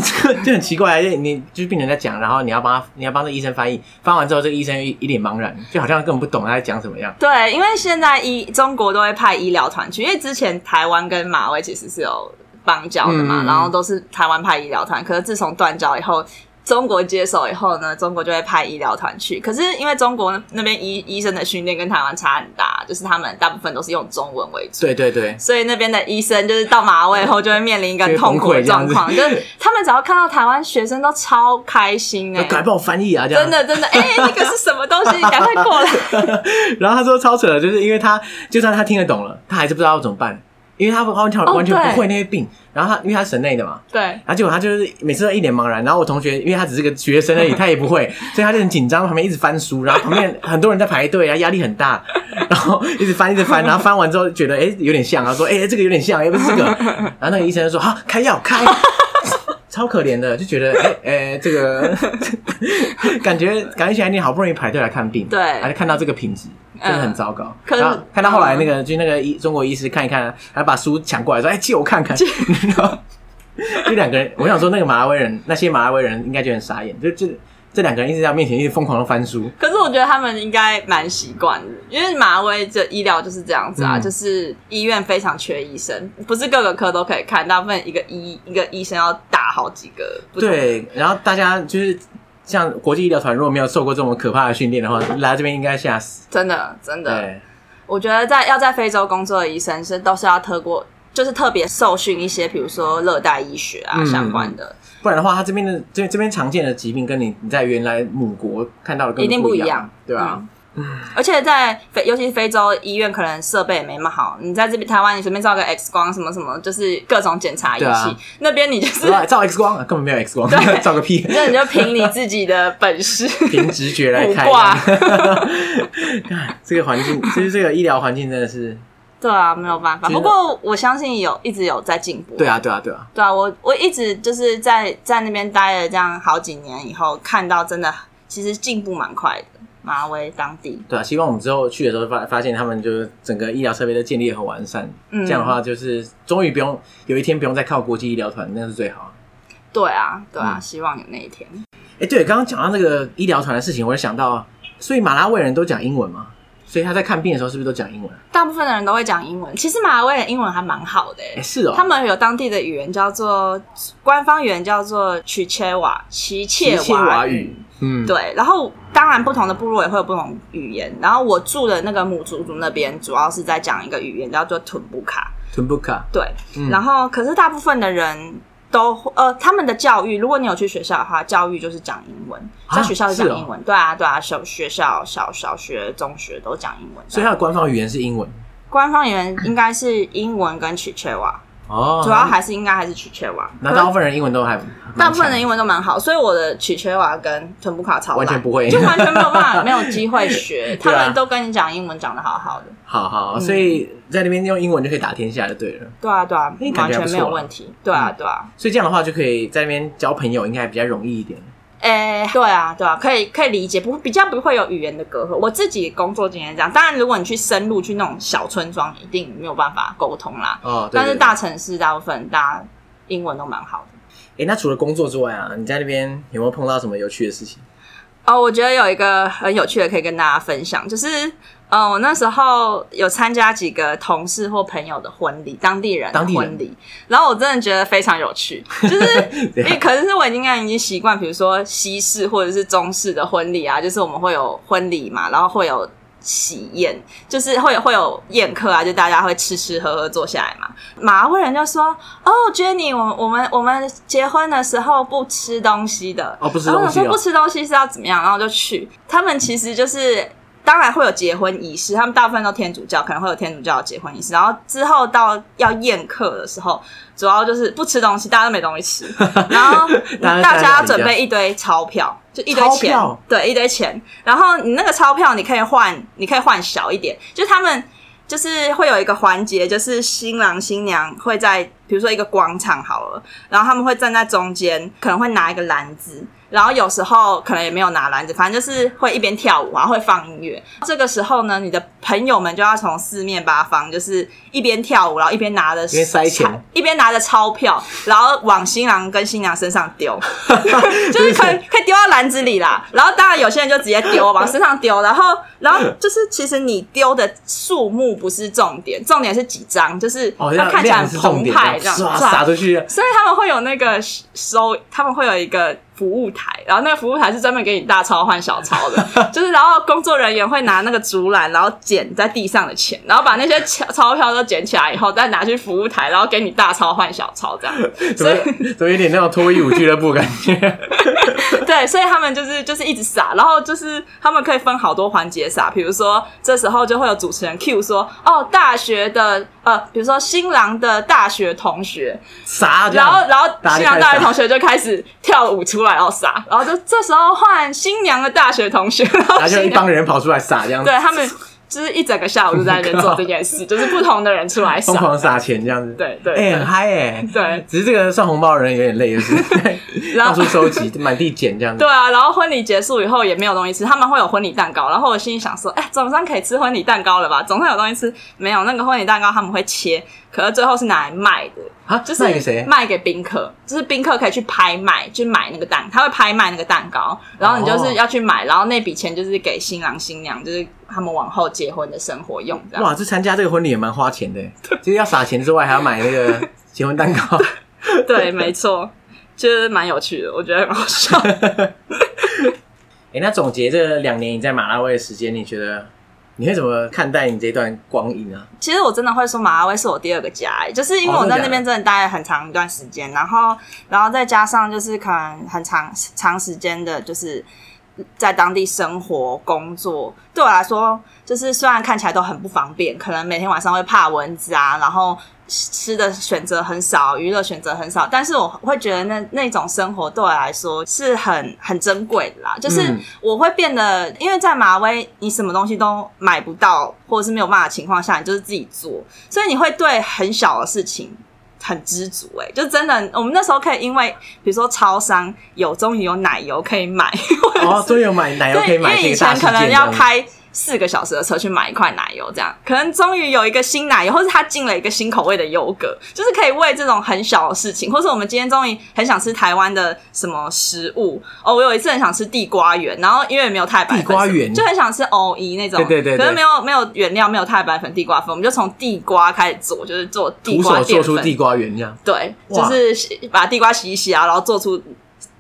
Speaker 1: 就很奇怪，因为你就是病人在讲，然后你要帮他，你要帮这个医生翻译，翻完之后，这个医生一一脸茫然，就好像根本不懂他在讲什么样。
Speaker 2: 对，因为现在医中国都会派医疗团去，因为之前台湾跟马威其实是有邦交的嘛，
Speaker 1: 嗯
Speaker 2: 然后都是台湾派医疗团，可是自从断交以后。中国接手以后呢，中国就会派医疗团去。可是因为中国那边医医生的训练跟台湾差很大，就是他们大部分都是用中文为主，
Speaker 1: 对对对，
Speaker 2: 所以那边的医生就是到马尾后就会面临一个很痛苦的状 况，
Speaker 1: 就会
Speaker 2: 就
Speaker 1: 崩溃这样子
Speaker 2: 是他们只要看到台湾学生都超开心哎、
Speaker 1: 赶快帮我翻译啊，这样
Speaker 2: 真。的真的，哎、那个是什么东西？你赶快 过来！
Speaker 1: 然后他说超扯的，就是因为他就算他听得懂了，他还是不知道要怎么办，因为他完全
Speaker 2: 哦
Speaker 1: 完全不
Speaker 2: 对
Speaker 1: 会那些病，然后他因为他是省内的嘛，
Speaker 2: 对，
Speaker 1: 然后结果他就是每次都一脸茫然，然后我同学因为他只是个学生而已，他也不 会，所以他就很紧张，旁边一直翻书，然后旁边很多人在排队，然啊后压力很 大，然后一直翻一直翻，然后翻完之后觉得哎、诶有点像，然后说哎、诶这个有点像，又不是这个，然后那个医生就说好开药开，超可怜的，就觉得哎哎、诶这 个感觉感觉起来你好不容易排队来看病，
Speaker 2: 对
Speaker 1: 还是看到这个品质。真的很糟糕，
Speaker 2: 可嗯是
Speaker 1: 然后看到后来那个，就那个医中国医师看一看，还把书抢过来说：“哎、借我看看。” 然后就两个人，我想说那个马拉维人，那些马拉维人应该就很傻眼，就就这两个人一直在面前一直疯狂的翻书，
Speaker 2: 可是我觉得他们应该蛮习惯的，因为马威这医疗就是这样子啊，
Speaker 1: 嗯
Speaker 2: 就是医院非常缺医生，不是各个科都可以看，大部分一个医一个医生要打好几个。不同，
Speaker 1: 对，然后大家就是像国际医疗团，如果没有受过这么可怕的训练的话，来这边应该吓死。
Speaker 2: 真的真的，
Speaker 1: 对，
Speaker 2: 我觉得在要在非洲工作的医生是都是要特过，就是特别受训一些，比如说热带医学啊、
Speaker 1: 嗯
Speaker 2: 相关的，
Speaker 1: 不然的话，他这边的这这边常见的疾病，跟你你在原来母国看到的根本
Speaker 2: 一定
Speaker 1: 不
Speaker 2: 不一
Speaker 1: 样，
Speaker 2: 样嗯
Speaker 1: 对啊，
Speaker 2: 而且在非尤其非洲医院可能设备也没那么好，你在这边台湾你随便照个 X 光什么什么，就是各种检查仪器，
Speaker 1: 对啊
Speaker 2: 那边你就是
Speaker 1: 对吧照 X 光、啊、根本没有 X 光
Speaker 2: 对，
Speaker 1: 照个屁，
Speaker 2: 那你就凭你自己的 本事。
Speaker 1: 凭直觉来
Speaker 2: 卜
Speaker 1: 看。
Speaker 2: 卦，
Speaker 1: 这个环境，就是这个医疗环境真的是，
Speaker 2: 对啊，没有办法。
Speaker 1: 真的
Speaker 2: 不过我相信有一直有在进步。
Speaker 1: 对啊，对啊，对啊，
Speaker 2: 对啊，我我一直就是在在那边待了这样好几年以后，看到真的其实进步蛮快的。马威当地，
Speaker 1: 对啊，希望我们之后去的时候发发现他们就是整个医疗设备都建立得很完善，
Speaker 2: 嗯，
Speaker 1: 这样的话就是终于不用有一天不用再靠国际医疗团，那是最好。
Speaker 2: 对啊，对啊，
Speaker 1: 嗯
Speaker 2: 希望有那一天。
Speaker 1: 哎、对，刚刚讲到那个医疗团的事情，我就想到，所以马拉维人都讲英文嘛，所以他在看病的时候是不是都讲英文？啊
Speaker 2: 大部分的人都会讲英文，其实马威的英文还蛮好的、欸
Speaker 1: 哎、是哦，
Speaker 2: 他们有当地的语言叫做官方语言叫做曲切瓦奇切
Speaker 1: 切
Speaker 2: 瓦
Speaker 1: 瓦
Speaker 2: 语
Speaker 1: 语，，嗯，
Speaker 2: 对，然后当然不同的部落也会有不同语言。然后我住的那个母族族那边，主要是在讲一个语言叫做屯布卡。
Speaker 1: 屯布卡，
Speaker 2: 对，
Speaker 1: 嗯
Speaker 2: 然后可是大部分的人都呃，他们的教育，如果你有去学校的话，教育就是讲英文，
Speaker 1: 啊
Speaker 2: 在学校是讲
Speaker 1: 是哦
Speaker 2: 英文。对啊，对啊，小学校、小小学、中学都讲英文。
Speaker 1: 所以他的官方语言是英文
Speaker 2: 官方语言应该是英文跟曲切瓦，
Speaker 1: 哦
Speaker 2: 主要还是应该还是曲切瓦。
Speaker 1: 那大部分人英文都还
Speaker 2: 大部分的
Speaker 1: 人
Speaker 2: 英文都蛮好，所以我的曲切瓦跟臀部卡超
Speaker 1: 完全
Speaker 2: 烂，
Speaker 1: 不会
Speaker 2: 就完全没有办法，没有机会学。他
Speaker 1: 对啊
Speaker 2: 们都跟你讲英文讲的好好的，
Speaker 1: 好
Speaker 2: 嗯
Speaker 1: 好，所以在那边用英文就可以打天下就对了，
Speaker 2: 对啊对啊
Speaker 1: 那你，感
Speaker 2: 完
Speaker 1: 觉还不
Speaker 2: 全
Speaker 1: 错啊
Speaker 2: 没有问题，对啊对啊，
Speaker 1: 所以这样的话就可以在那边交朋友，应该比较容易一点。
Speaker 2: 诶、对啊对啊，可以可以理解，不比较不会有语言的隔阂。我自己工作经验这样，当然如果你去深入去那种小村庄，一定没有办法沟通啦。
Speaker 1: 哦，对
Speaker 2: 但是
Speaker 1: 对对
Speaker 2: 大城市大部分大家英文都蛮好的。
Speaker 1: 哎、那除了工作之外啊，你在那边有没有碰到什么有趣的事 情？
Speaker 2: 哦，我觉得有一个很有趣的可以跟大家分享，就是呃，我那时候有参加几个同事或朋友的婚礼，当地人的
Speaker 1: 当地人
Speaker 2: 婚礼，然后我真的觉得非常有趣， 就是
Speaker 1: 对
Speaker 2: 因为可能是我应该已经习惯，比如说西式或者是中式的婚礼啊，就是我们会有婚礼嘛，然后会有喜宴，就是会有会有宴客啊，就大家会吃吃喝喝坐下来嘛。马来人就说：“哦，Jenny，我我们我们结婚的时候不吃东西的。”
Speaker 1: 哦，不是
Speaker 2: 然后
Speaker 1: 东
Speaker 2: 我
Speaker 1: 西
Speaker 2: 说
Speaker 1: 哦
Speaker 2: 不，吃东西是要怎么样，然后就去。他们其实就是当然会有结婚仪式，他们大部分都天主教，可能会有天主教的结婚仪式。然后之后到要宴客的时候，主要就是不吃东西，大家都没东西 吃，然后
Speaker 1: 大家
Speaker 2: 大
Speaker 1: 在
Speaker 2: 家要
Speaker 1: 家里
Speaker 2: 准备一堆钞票，就一堆
Speaker 1: 钞
Speaker 2: 钱
Speaker 1: 票，
Speaker 2: 对，一堆钱。然后你那个钞票你可以换，你可以换小一点，就是他们。就是会有一个环节，就是新郎新娘会在，比如说一个广场好了，然后他们会站在中间，可能会拿一个篮子，然后有时候可能也没有拿篮子，反正就是会一边跳舞啊，会放音乐。这个时候呢，你的朋友们就要从四面八方，就是一边跳舞，然后一边拿着
Speaker 1: 边塞钱
Speaker 2: 钞，一边拿着钞票，然后往新郎跟新娘身上丢， 就是可以可以丢到篮子里啦。然后当然有些人就直接丢往身上丢，然后然后就是其实你丢的数目不是重点，重点是几张，就是
Speaker 1: 哦，
Speaker 2: 它
Speaker 1: 要
Speaker 2: 看起来
Speaker 1: 量
Speaker 2: 很
Speaker 1: 是重
Speaker 2: 澎
Speaker 1: 点，
Speaker 2: 湃这样，
Speaker 1: 唰
Speaker 2: 是吧
Speaker 1: 撒出去，
Speaker 2: 所以他们会有那个收，他们会有一个服务台，然后那个服务台是专门给你大钞换小钞 的，就是然后工作人员会拿那个竹篮，然后捡在地上的钱，然后把那些钞钞票都捡起来以后，再拿去服务台，然后给你大钞换小钞这样。
Speaker 1: 怎么怎么有点那种脱衣舞俱乐部感觉？
Speaker 2: 对，所以他们就是就是一直撒，然后就是他们可以分好多环节撒，比如说这时候就会有主持人 Q 说，哦，大学的呃，比如说新郎的大学同学，
Speaker 1: 啥？这
Speaker 2: 然
Speaker 1: 样
Speaker 2: 后然后
Speaker 1: 大家就
Speaker 2: 新郎
Speaker 1: 开始
Speaker 2: 大学
Speaker 1: 撒
Speaker 2: 同学就开始跳舞出来，然后撒，然后就这时候换新娘的大学同学，然
Speaker 1: 然
Speaker 2: 后
Speaker 1: 后就一
Speaker 2: 新
Speaker 1: 帮
Speaker 2: 娘
Speaker 1: 人跑出来撒这样子
Speaker 2: 对，他们就是一整个下午就在那边做这件事，就是不同的人出来
Speaker 1: 疯
Speaker 2: 撒，
Speaker 1: 狂撒钱这样子。
Speaker 2: 对对
Speaker 1: 哎、
Speaker 2: 对
Speaker 1: 很嗨哎、
Speaker 2: 对。
Speaker 1: 只是这个算红包的人有点累，就是
Speaker 2: 然
Speaker 1: 到
Speaker 2: 后
Speaker 1: 处收集，满地捡这样子
Speaker 2: 对。啊，然后婚礼结束以后也没有东西吃，他们会有婚礼蛋糕。然后我心里想说，哎，总算可以吃婚礼蛋糕了吧？总算有东西吃。没有那个婚礼蛋糕他们会切，可是最后是拿来卖的，
Speaker 1: 啊，
Speaker 2: 就是
Speaker 1: 卖给谁？
Speaker 2: 卖给宾客，就是宾客可以去拍卖，去买那个蛋，他会拍卖那个蛋糕，然后你就是要去买，然后那笔钱就是给新郎新娘，就是他们往后结婚的生活用这样。
Speaker 1: 哇，这参加这个婚礼也蛮花 钱的，就是要撒钱之外还要买那个结婚蛋糕。
Speaker 2: 对，没错，就是蛮有趣的，我觉得很好笑。
Speaker 1: 哎、那总结这两年你在马拉维的时间，你觉得你会怎么看待你这段光阴 啊？
Speaker 2: 其实我真的会说马拉维是我第二个家、欸，就是因为我在那边真的待了很长一段时间，然后然后再加上就是可能很长长时间的，就是在当地生活工作，对我来说，就是虽然看起来都很不方便，可能每天晚上会怕蚊子啊，然后吃的选择很少，娱乐选择很少，但是我会觉得那那种生活对我来说是很很珍贵的啦，就是。
Speaker 1: 嗯
Speaker 2: 我会变得，因为在马威，你什么东西都买不到，或者是没有办法的情况下，你就是自己做，所以你会对很小的事情很知足、欸。哎，就真的，我们那时候可以因为，比如说超商有终于有奶油可以买，
Speaker 1: 哦，终于有买奶油可
Speaker 2: 对，
Speaker 1: 以
Speaker 2: 因
Speaker 1: 买，
Speaker 2: 为
Speaker 1: 是一
Speaker 2: 以
Speaker 1: 个大
Speaker 2: 前
Speaker 1: 事
Speaker 2: 可
Speaker 1: 件
Speaker 2: 能
Speaker 1: 这
Speaker 2: 要
Speaker 1: 样子。
Speaker 2: 开四个小时的车去买一块奶油，这样可能终于有一个新奶油，或是他进了一个新口味的优格，就是可以为这种很小的事情，或是我们今天终于很想吃台湾的什么食物哦，我有一次很想吃地瓜圆，然后因为没有太白粉，
Speaker 1: 地瓜圆
Speaker 2: 就很想吃藕姨那种，
Speaker 1: 对对对对
Speaker 2: 可是没有没有原料，没有太白粉、地瓜粉，我们就从地瓜开始做，就是做地
Speaker 1: 徒
Speaker 2: 瓜
Speaker 1: 手
Speaker 2: 淀
Speaker 1: 做
Speaker 2: 粉
Speaker 1: 出地瓜圆这样，哦
Speaker 2: 对，就
Speaker 1: 哇
Speaker 2: 是洗把地瓜洗一洗啊，然后做出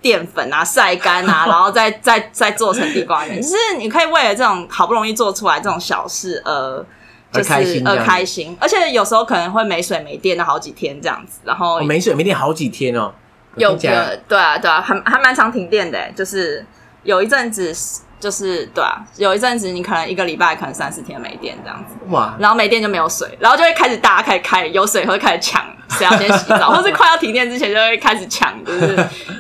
Speaker 2: 淀粉啊、晒干 啊，然后再再再做成地瓜
Speaker 1: 嗯
Speaker 2: 圆。就是你可以为了这种好不容易做出来这种小事而。就
Speaker 1: 而
Speaker 2: 是
Speaker 1: 开心这
Speaker 2: 而
Speaker 1: 样子
Speaker 2: 开心，而且有时候可能会没水没电的好几天这样子，然后
Speaker 1: 我哦没水没电好几天哦。
Speaker 2: 有
Speaker 1: 听起来
Speaker 2: 个对啊对啊，还还蛮常停电的欸，就是有一阵子就是对啊，有一阵子你可能一个礼拜可能三四天没电这样子，
Speaker 1: 哇，
Speaker 2: 然后没电就没有水，然后就会开始大家开始开有水会开始抢，谁要先洗 澡，或是快要停电之前就会开始抢，就是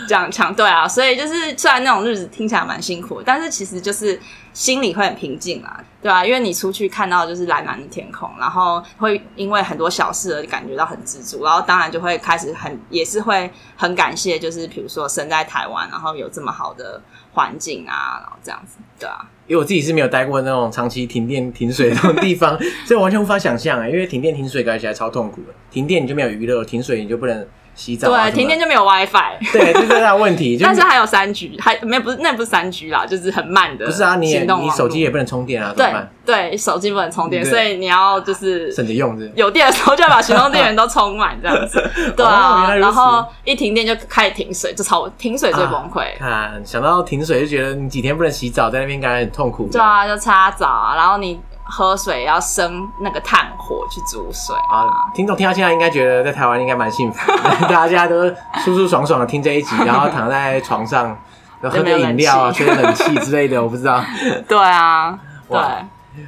Speaker 2: 这样抢。对啊，所以就是虽然那种日子听起来蛮辛苦，但是其实就是心里会很平静啊，对啊，因为你出去看到就是蓝蓝的天空，然后会因为很多小事而感觉到很知足，然后当然就会开始很也是会很感谢，就是比如说生在台湾，然后有这么好的环境啊，然后这样子，对啊。
Speaker 1: 因为我自己是没有待过那种长期停电停水的那种地方， 所以我完全无法想象哎，因为停电停水感觉起来超痛苦的。停电你就没有娱乐，停水你就不能洗澡、啊。
Speaker 2: 对，停电
Speaker 1: 就
Speaker 2: 就没有 WiFi，
Speaker 1: 对，这是大的问 题。就
Speaker 2: 但是还有三 G，还没有不是那不是三 G 啦，就是很慢的
Speaker 1: 不是啊，你也
Speaker 2: 行动
Speaker 1: 你
Speaker 2: 网
Speaker 1: 手机
Speaker 2: 络
Speaker 1: 也不能充电啊，怎么
Speaker 2: 对
Speaker 1: 办？
Speaker 2: 对，手机不能充电，
Speaker 1: 对
Speaker 2: 所以你要就是
Speaker 1: 省着用是不是
Speaker 2: 有电的时候就把行动电 源都充满这样子，
Speaker 1: 哦
Speaker 2: 对
Speaker 1: 原
Speaker 2: 啊，
Speaker 1: 来如此
Speaker 2: 然后一停电就开始停水，就超停水最崩溃。
Speaker 1: 看想到停水就觉得你几天不能洗澡，在那边感觉很痛苦。
Speaker 2: 对啊，就擦澡啊，然后你喝水要生那个炭火去煮水啊，
Speaker 1: 啊，听众听到现在应该觉得在台湾应该蛮幸福的， 大家都舒舒爽爽的听这一集，然后躺在床上。喝
Speaker 2: 没有
Speaker 1: 点
Speaker 2: 冷
Speaker 1: 饮料啊，
Speaker 2: 气
Speaker 1: 吹点冷气之类的，我不知道。
Speaker 2: 对啊，对
Speaker 1: 哇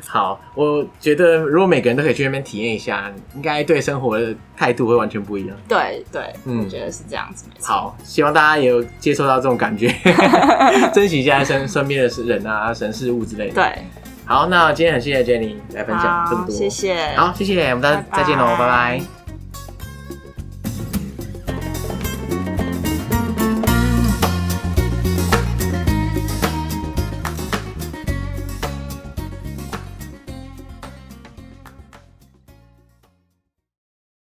Speaker 1: 好，我觉得如果每个人都可以去那边体验一下，应该对生活的态度会完全不一样。
Speaker 2: 对对，
Speaker 1: 嗯
Speaker 2: 我觉得是这样子，没错。
Speaker 1: 好，希望大家也有接受到这种感 觉， 珍惜一下身身边的人啊、人事物之类的。
Speaker 2: 对，
Speaker 1: 好，那今天很谢谢 Jenny 来分享这么
Speaker 2: 好，
Speaker 1: 多，
Speaker 2: 谢谢，
Speaker 1: 好，谢谢，我们大家再见喽，
Speaker 2: 拜拜
Speaker 1: 拜拜